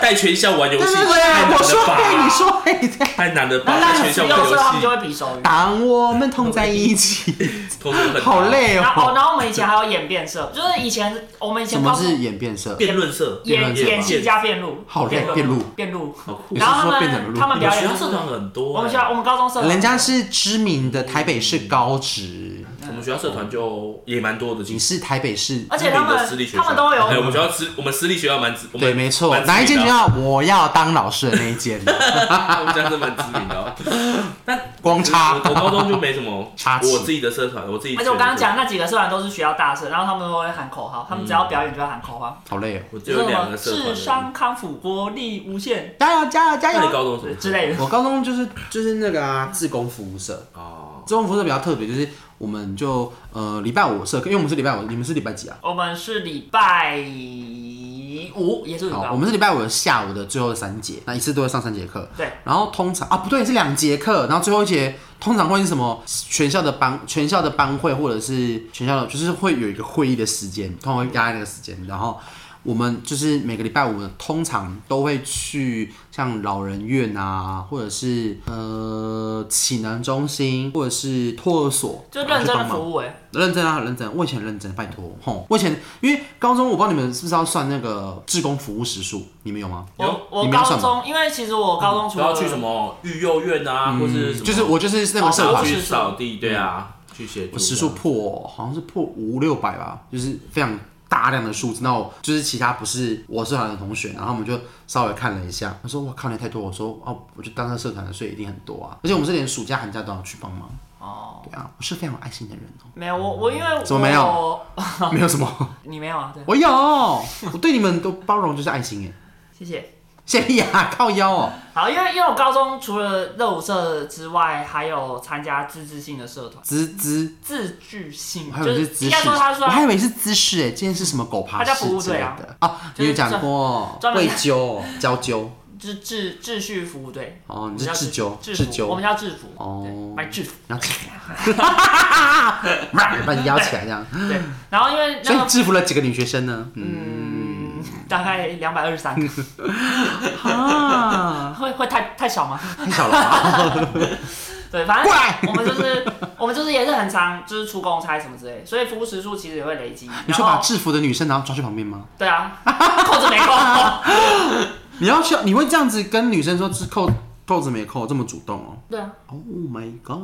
Speaker 2: 带全校玩游
Speaker 1: 对
Speaker 2: 戏，
Speaker 1: 啊对
Speaker 2: 太
Speaker 1: 对，
Speaker 2: 难
Speaker 1: 我
Speaker 2: 了
Speaker 1: 说嘿，你
Speaker 2: 吧，
Speaker 1: 说哎嘿，这样
Speaker 2: 太难了吧，
Speaker 1: 那
Speaker 2: 带全校
Speaker 3: 慈
Speaker 2: 玩
Speaker 3: 幼社他们就
Speaker 2: 游
Speaker 3: 会比手语。
Speaker 1: 当我们同在一起，
Speaker 2: 戏，同学很难
Speaker 1: 好。累
Speaker 3: 然后，
Speaker 1: 哦。
Speaker 3: 然后我们以前还有演变社，就是以前我们以
Speaker 1: 什
Speaker 3: 前高
Speaker 1: 么
Speaker 3: 中
Speaker 1: 是演变社？
Speaker 2: 辩论社，
Speaker 1: 辩
Speaker 3: 演
Speaker 1: 论社吗
Speaker 3: 演戏加辩路，
Speaker 1: 好累
Speaker 3: 辩
Speaker 1: 辩路
Speaker 3: 辩路。
Speaker 2: 好酷。
Speaker 1: 你
Speaker 3: 然后
Speaker 1: 是
Speaker 3: 他
Speaker 1: 说变成
Speaker 3: 们
Speaker 1: 路
Speaker 3: 他们
Speaker 2: 你们
Speaker 3: 表
Speaker 2: 学
Speaker 3: 演就
Speaker 2: 校
Speaker 3: 是
Speaker 2: 社团很多欸，
Speaker 3: 我们学校我们高中社团
Speaker 1: 人家是知名的台北市高职，
Speaker 2: 我们学校社团就也蛮多的，其
Speaker 1: 你
Speaker 2: 实。
Speaker 1: 是台北市
Speaker 3: 嗯而且他
Speaker 2: 知名
Speaker 3: 们
Speaker 2: 的私立学校
Speaker 3: 他们都
Speaker 2: 哎，我
Speaker 3: 有
Speaker 2: 们学校私，我们私立学校蛮知，我们
Speaker 1: 对，没错，
Speaker 2: 蛮知名的
Speaker 1: 哪一间学校？我要当老师的那一间，
Speaker 2: 我们家是蛮知名的哦。但
Speaker 1: 光
Speaker 2: 我
Speaker 1: 差
Speaker 2: 我高中就没 什么
Speaker 1: 插旗
Speaker 2: 我自己的社团，我自己。
Speaker 3: 而且我刚刚，讲那几个社团都是学校大社，然后他们都会喊口号，他们只要表演就要喊口号，
Speaker 1: 好累哦。
Speaker 2: 我只嗯
Speaker 3: 就
Speaker 2: 有
Speaker 3: 是什
Speaker 2: 两个
Speaker 3: 么
Speaker 2: 社
Speaker 3: 智
Speaker 2: 团。
Speaker 3: 商康复国力无限
Speaker 1: 加油加油加
Speaker 2: 那你
Speaker 1: 油！
Speaker 2: 高中什么
Speaker 3: 之类的。
Speaker 1: 我高中就是就是那个啊，自工服务社，
Speaker 2: 哦，
Speaker 1: 自工服务社比较特别，就是我们就呃礼拜五社课，因为我们是礼拜五，你们是礼拜几啊？
Speaker 3: 我们是礼拜五，也是礼拜
Speaker 1: 好，
Speaker 3: 五
Speaker 1: 我。们是礼拜五的下午的最后三节，那一次都会上三节课。
Speaker 3: 对，
Speaker 1: 然后通常啊不对是两节课，然后最后一节通常会是什么？全校的班全校的班会或者是全校的，就是会有一个会议的时间，通常会压在那个时间。然后我们就是每个礼拜五通常都会去像老人院啊，或者是呃启能中心，或者是托儿所，
Speaker 3: 就认
Speaker 1: 然后
Speaker 3: 真的
Speaker 1: 去帮忙
Speaker 3: 服务哎、
Speaker 1: 认真啊，很认真，我以前很认真，拜托，吼，我以前因为高中，我不知道你们是不是要算那个志工服务时数，你们有吗？
Speaker 3: 我
Speaker 1: 你
Speaker 3: 我
Speaker 1: 们要
Speaker 3: 高
Speaker 1: 算吗？
Speaker 3: 中，因为其实我高中除
Speaker 2: 不
Speaker 3: 了
Speaker 2: 要去什么育幼院啊，或是什
Speaker 1: 嗯
Speaker 2: 么
Speaker 1: 就是我就是那个社
Speaker 3: 哦
Speaker 1: 团嗯
Speaker 3: 我，
Speaker 2: 去扫地，对啊，去协助
Speaker 1: 我时数破好像是破五六百吧，就是非常大量的数字。那我就是其他不是我社团的同学，然后我们就稍微看了一下，他说我靠，你太多。我说哦，我就当上社团的，所以一定很多啊。而且我们是连暑假寒假都要去帮忙。
Speaker 3: 哦，
Speaker 1: 对啊，我是非常有爱心的人 哦，
Speaker 3: 没有我我因为我
Speaker 1: 怎么没有没有什么，
Speaker 3: 你没有啊？对，
Speaker 1: 我有，我对你们都包容就是爱心耶。
Speaker 3: 谢谢。
Speaker 1: 谢丽亚靠腰哦。
Speaker 3: 好，因为因为我高中除了热舞社之外，还有参加自治性的社团，
Speaker 1: 姿姿，
Speaker 3: 自治性
Speaker 1: 我还以
Speaker 3: 就
Speaker 1: 为是
Speaker 3: 是
Speaker 1: 姿
Speaker 3: 应
Speaker 1: 势
Speaker 3: 该说他，
Speaker 1: 我
Speaker 3: 说
Speaker 1: 还以为是姿势哎，今天是什么狗爬
Speaker 3: 他叫
Speaker 1: 式
Speaker 3: 服务
Speaker 1: 之类
Speaker 3: 队啊
Speaker 1: 的啊？你
Speaker 3: 就是
Speaker 1: 有讲
Speaker 3: 专
Speaker 1: 过
Speaker 3: 专门
Speaker 1: 喂灸、教灸
Speaker 3: 就是秩秩序服务队，
Speaker 1: 哦，你
Speaker 3: 我
Speaker 1: 是
Speaker 3: 们叫
Speaker 1: 制灸、
Speaker 3: 制
Speaker 1: 制
Speaker 3: 服我
Speaker 1: 灸
Speaker 3: 们叫制服，
Speaker 1: 哦
Speaker 3: 对，，卖制服，
Speaker 1: 然后把你压起来这样，
Speaker 3: 对。然后因为
Speaker 1: 所
Speaker 3: 那
Speaker 1: 以
Speaker 3: 个
Speaker 1: 制服了几个女学生呢？嗯
Speaker 3: 嗯，大概两百二 十三个，
Speaker 1: 啊，
Speaker 3: 会会太太少吗？
Speaker 1: 太小了吧，
Speaker 3: 对，反
Speaker 1: 过
Speaker 3: 正
Speaker 1: 来
Speaker 3: 我们就是我们就是也是很常就是出公差什么之类，所以服务时数其实也会累积。
Speaker 1: 你
Speaker 3: 然
Speaker 1: 说把
Speaker 3: 后
Speaker 1: 制服的女生然后抓去旁边吗？
Speaker 3: 对啊，扣子没扣。
Speaker 1: 你要去，你会这样子跟女生说是扣扣子没扣，这么主动哦、
Speaker 3: 对啊，
Speaker 1: Oh my god！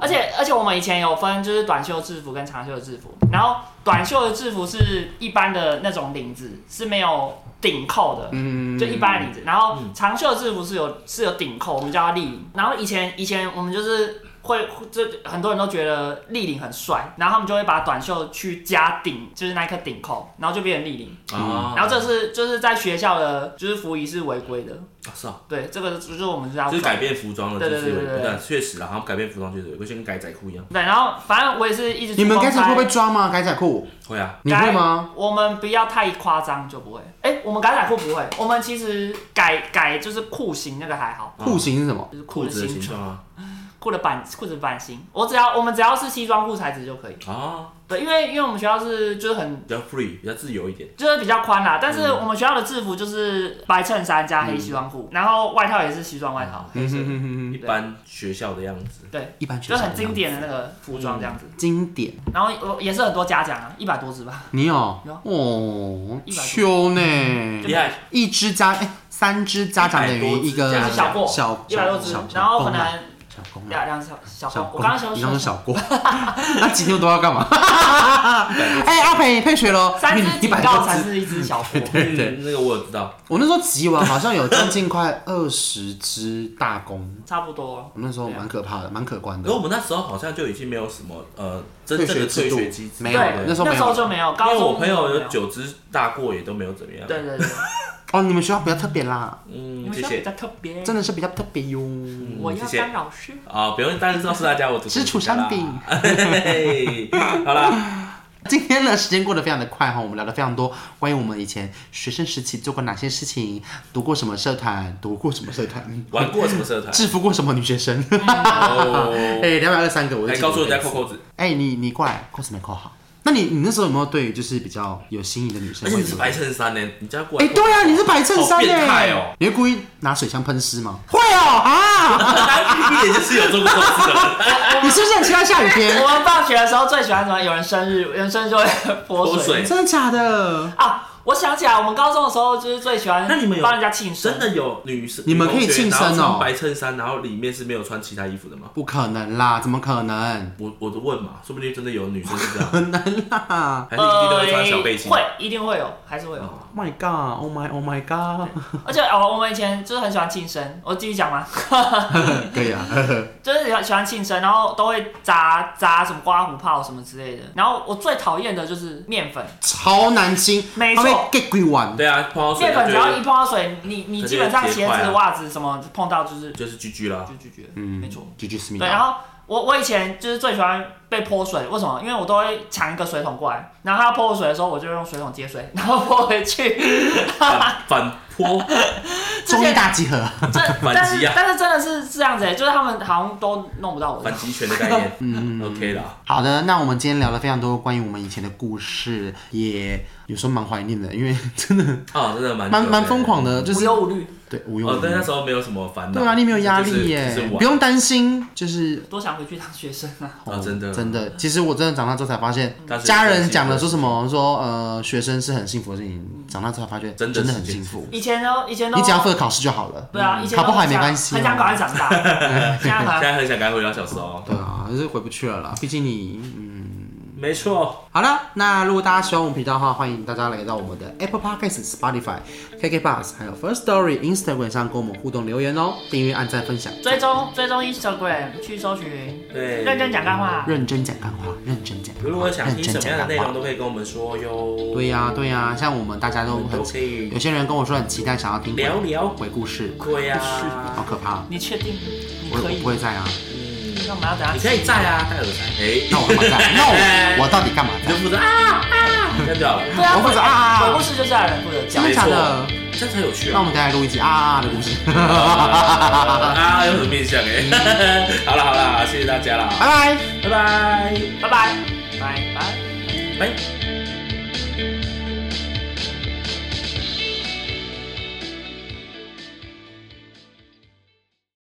Speaker 3: 而且而且我们以前有分就是短袖制服跟长袖的制服，然后短袖的制服是一般的那种领子是没有顶扣的，
Speaker 1: 嗯
Speaker 3: 就一般的领子，然后长袖的制服是有是有顶扣，我们叫它立领。然后以前以前我们就是会，这很多人都觉得立领很帅，然后他们就会把短袖去加顶，就是那一颗顶扣，然后就变成立领。
Speaker 2: 啊，
Speaker 1: 嗯
Speaker 3: 然后这是就是在学校的就是服仪是违规的，
Speaker 2: 啊是啊，
Speaker 3: 对，这个就是我们知道。
Speaker 2: 就是改变服装了，
Speaker 3: 啊对
Speaker 2: 就
Speaker 3: 对
Speaker 2: 是
Speaker 3: 对
Speaker 2: 有
Speaker 3: 对对
Speaker 2: 对啊，确实啊，然后改变服装确实有，就跟改仔裤一样，
Speaker 3: 对，然后反正我也是一直去
Speaker 1: 你们
Speaker 3: 公
Speaker 1: 改
Speaker 3: 差
Speaker 1: 仔裤会被抓吗？改仔裤
Speaker 2: 会啊，
Speaker 1: 你会吗？？
Speaker 3: 我们不要太夸张就不会。哎、我们改仔裤不会，我们其实改改就是裤型那个还好，
Speaker 1: 裤型是什么？
Speaker 3: 就是裤
Speaker 2: 裤子的
Speaker 3: 形
Speaker 2: 形
Speaker 3: 状。
Speaker 2: 状啊，
Speaker 3: 裤的版裤子版型，我只要我们只要是西装裤材质就可以。
Speaker 2: 啊，
Speaker 3: 对，因为因为我们学校是就是很
Speaker 2: 比较 free，比较自由一点，
Speaker 3: 就是比较宽啦，
Speaker 1: 嗯
Speaker 3: 但是我们学校的制服就是白衬衫加黑西装裤，然后外套也是西装外套，
Speaker 1: 嗯
Speaker 3: 黑色的，
Speaker 2: 一般学校的样子，
Speaker 1: 一般
Speaker 3: 就是很经典的那个服装这样子。
Speaker 1: 经典。
Speaker 3: 然后我也是很多嘉奖啊，一百多只吧。
Speaker 1: 你有
Speaker 3: 有
Speaker 1: 哦，
Speaker 3: 100
Speaker 1: 秋呢？
Speaker 3: 嗯
Speaker 2: 厉害，
Speaker 1: 一只加哎、三只家长等于一
Speaker 2: 100多
Speaker 1: 个
Speaker 2: 只
Speaker 3: 小过
Speaker 1: 小
Speaker 3: 一百多只
Speaker 1: 小，
Speaker 3: 然后可能
Speaker 1: 小小公啊
Speaker 3: 两两小小
Speaker 1: 小
Speaker 3: 公，我
Speaker 1: 公，
Speaker 3: 刚刚想
Speaker 1: 你刚
Speaker 3: 说
Speaker 1: 刚小公， 那几天都要干 嘛？哎、阿培，你配学了，
Speaker 3: 三只
Speaker 1: 你
Speaker 3: 警
Speaker 1: 百
Speaker 3: 告
Speaker 1: 多
Speaker 3: 才
Speaker 1: 只。
Speaker 3: 是一只小锅，
Speaker 2: 嗯，那个我有知道，
Speaker 1: 我那时候集完好像有将近快二十只大公，
Speaker 3: 差不多。
Speaker 1: 我那时候蛮可怕的，蛮可观的
Speaker 2: 可是。我们那时候好像就已经没有什么呃真
Speaker 1: 退
Speaker 2: 正的
Speaker 1: 学
Speaker 2: 退
Speaker 1: 制度
Speaker 2: 学机制，
Speaker 1: 没有
Speaker 3: 对，
Speaker 1: 那
Speaker 3: 那
Speaker 1: 时候没有
Speaker 3: 就没有，
Speaker 2: 因
Speaker 3: 高
Speaker 2: 为
Speaker 3: 中
Speaker 2: 我朋友
Speaker 3: 没
Speaker 2: 有。九只大过也都没有怎么样，
Speaker 3: 对对对，
Speaker 1: 哦，你们学校比较特别啦，
Speaker 3: 你
Speaker 2: 嗯，
Speaker 3: 们
Speaker 2: 谢
Speaker 3: 学校比
Speaker 2: 谢
Speaker 3: 较特别。
Speaker 1: 真的是比较特别哟。
Speaker 2: 嗯
Speaker 3: 我要
Speaker 2: 谢谢
Speaker 3: 当老师。
Speaker 2: 啊，不用担心，告诉大家我读
Speaker 1: 吃楚山饼。
Speaker 2: 嘿嘿嘿 好啦，
Speaker 1: 今天呢，时间过得非常的快哈，我们聊了非常多关于我们以前学生时期做过哪些事情，读过什么社团，读过什么社团，
Speaker 2: 玩过什么社团？
Speaker 1: 制服过什么女学 生，
Speaker 2: 哦，
Speaker 1: 哎，两百二三个，我
Speaker 2: 来
Speaker 1: 就
Speaker 2: 告诉人家
Speaker 1: 记
Speaker 2: 扣
Speaker 1: 住了
Speaker 2: 扣子，
Speaker 1: 哎、你你过来，扣子没扣好？那你你那时候有没有对于就是比较有心仪的女生
Speaker 2: 而且
Speaker 1: 会
Speaker 2: 你
Speaker 1: 有？
Speaker 2: 是白衬衫呢，你家过
Speaker 1: 哎、
Speaker 2: 来。
Speaker 1: 对啊，你是白衬衫
Speaker 2: 好
Speaker 1: 哎、
Speaker 2: 变态哦
Speaker 1: 你会故意拿水枪喷湿吗？会哦啊！
Speaker 2: 一点就是有做过这种事的 人，
Speaker 1: 你是不是很期待下雨天
Speaker 3: 我？们放学的时候最喜欢什么？有人生日，有人生日就会泼
Speaker 2: 泼
Speaker 3: 水
Speaker 2: 水。
Speaker 1: 真的假的？
Speaker 3: 啊！我想起来，我们高中的时候就是最喜欢
Speaker 2: 那你们有
Speaker 3: 帮人家庆生
Speaker 2: 真，的有女生，
Speaker 1: 你们可以庆生哦
Speaker 2: 女同学然后穿白衬衫，然后里面是没有穿其他衣服的吗？
Speaker 1: 不可能啦，怎么可能？
Speaker 2: 我我都问嘛，说不定真的有女生是 这样。很难啦，还是一定都会穿小背心？哦
Speaker 3: 会一定会有，还是会有。
Speaker 1: Oh my god! Oh my! Oh my god!
Speaker 3: 而且哦，我们以前就是很喜欢庆生，我继续讲吗？
Speaker 1: 可以啊，
Speaker 3: 就是喜欢庆生，然后都会砸砸什么刮胡泡什么之类的。然后我最讨厌的就是面粉，
Speaker 1: 超难清，
Speaker 3: 没错
Speaker 1: 它会 get 鬼完。
Speaker 2: 对啊，碰到水
Speaker 3: 面粉
Speaker 2: 他
Speaker 3: 只
Speaker 2: 就
Speaker 3: 要一
Speaker 2: 会
Speaker 3: 碰到水，你
Speaker 2: 它
Speaker 3: 你
Speaker 2: 就
Speaker 3: 基本上
Speaker 2: 会
Speaker 3: 鞋
Speaker 2: 结块
Speaker 3: 子、
Speaker 2: 啊
Speaker 3: 袜子什么碰到就是
Speaker 2: 就是 GG 啦。
Speaker 3: 就拒绝，
Speaker 1: 嗯，
Speaker 3: 没错。
Speaker 1: ，GG 思密
Speaker 3: 对，然后我我以前就是最喜欢被泼水，为什么？因为我都会抢一个水桶过来，然后他泼我水的时候，我就用水桶接水，然后泼回去。
Speaker 2: 反反泼，
Speaker 1: 综艺大集合，
Speaker 3: 这
Speaker 2: 反
Speaker 3: 但是
Speaker 2: 击啊
Speaker 3: 但是真的是这样子、欸，就是他们好像都弄不到我
Speaker 2: 反。击拳的概念，嗯，OK 啦。
Speaker 1: 好的，那我们今天聊了非常多关于我们以前的故事，也有时候蛮怀念的，因为真的
Speaker 2: 啊，真的蛮
Speaker 1: 蛮蛮疯狂的，
Speaker 2: 的。
Speaker 1: 就
Speaker 3: 无
Speaker 1: 是
Speaker 3: 忧无虑，
Speaker 1: 对无忧
Speaker 2: 哦，
Speaker 1: 无
Speaker 2: 对，那
Speaker 1: 虑，
Speaker 2: 时候没有什么烦恼，
Speaker 1: 嗯对啊，你没有压力
Speaker 2: 就是就是
Speaker 1: 耶，
Speaker 2: 玩
Speaker 1: 不用担心，就是
Speaker 3: 多想回去当学生 啊！
Speaker 2: 啊，真的
Speaker 1: 真的，其实我真的长大之后才发现，
Speaker 2: 大学
Speaker 1: 家
Speaker 2: 很
Speaker 1: 人
Speaker 2: 幸
Speaker 1: 讲了
Speaker 2: 福
Speaker 1: 说什么说呃学生是很幸福的事情，长大之后才发现
Speaker 2: 真的
Speaker 1: 真的
Speaker 2: 是
Speaker 1: 很
Speaker 2: 件
Speaker 1: 幸
Speaker 2: 幸
Speaker 1: 福，
Speaker 3: 以前都以前都
Speaker 1: 你只要会考试就好了，
Speaker 3: 对啊，以前
Speaker 1: 考
Speaker 3: 都
Speaker 1: 不好也没
Speaker 3: 很想
Speaker 1: 关系啊，
Speaker 3: 很想赶快长大。现在
Speaker 2: 现
Speaker 3: 还
Speaker 2: 在很想赶快回到小时候。
Speaker 1: 对啊，还是回不去了啦。毕竟你，嗯，
Speaker 2: 没错，
Speaker 1: 好了，那如果大家喜欢我们频道的话，欢迎大家来到我们的 Apple Podcast、Spotify、KK Bus，还有 First Story、Instagram 上跟我们互动留言哦，订阅、按赞、分享，
Speaker 3: 追踪追踪 Instagram 去搜寻，
Speaker 2: 对，
Speaker 3: 认真讲干话。
Speaker 1: 认真讲干话，认真讲干话，
Speaker 2: 如果想听
Speaker 1: 认真
Speaker 2: 什么
Speaker 1: 讲
Speaker 2: 样的内
Speaker 1: 干
Speaker 2: 容，
Speaker 1: 话
Speaker 2: 都可以跟我们说哟。
Speaker 1: 对呀、对呀、像我们大家都
Speaker 2: 我们
Speaker 1: 很
Speaker 2: 都，可以
Speaker 1: 有些人跟我说很期待想要听鬼
Speaker 2: 聊聊。
Speaker 1: 鬼故事，
Speaker 2: 对 呀，
Speaker 1: 好可怕，
Speaker 3: 你确定你
Speaker 1: 我
Speaker 3: 可
Speaker 1: 我
Speaker 3: 以
Speaker 1: 不？会在啊，
Speaker 2: 嗯，
Speaker 3: 那我们要等下
Speaker 2: 你可以在啊，戴耳塞。哎，
Speaker 1: 那我干嘛在？那我我到底干嘛
Speaker 2: 你
Speaker 1: 在
Speaker 2: 就？负责啊啊，这样就好了，
Speaker 3: 对啊，
Speaker 1: 我负责啊
Speaker 3: 鬼故事就是要有人负责
Speaker 1: 真
Speaker 3: 讲
Speaker 2: 嗯
Speaker 1: 的。假的？
Speaker 2: 这样才有趣
Speaker 1: 那我
Speaker 2: 啊。
Speaker 1: 们再来录一集啊啊啊的故事，
Speaker 2: 啊，有什么面向哎？
Speaker 1: 嗯
Speaker 2: 好了
Speaker 1: 啊
Speaker 2: 好了，谢谢大家啦，
Speaker 1: 拜拜。
Speaker 2: 拜拜
Speaker 3: 拜拜，拜拜。
Speaker 2: 拜。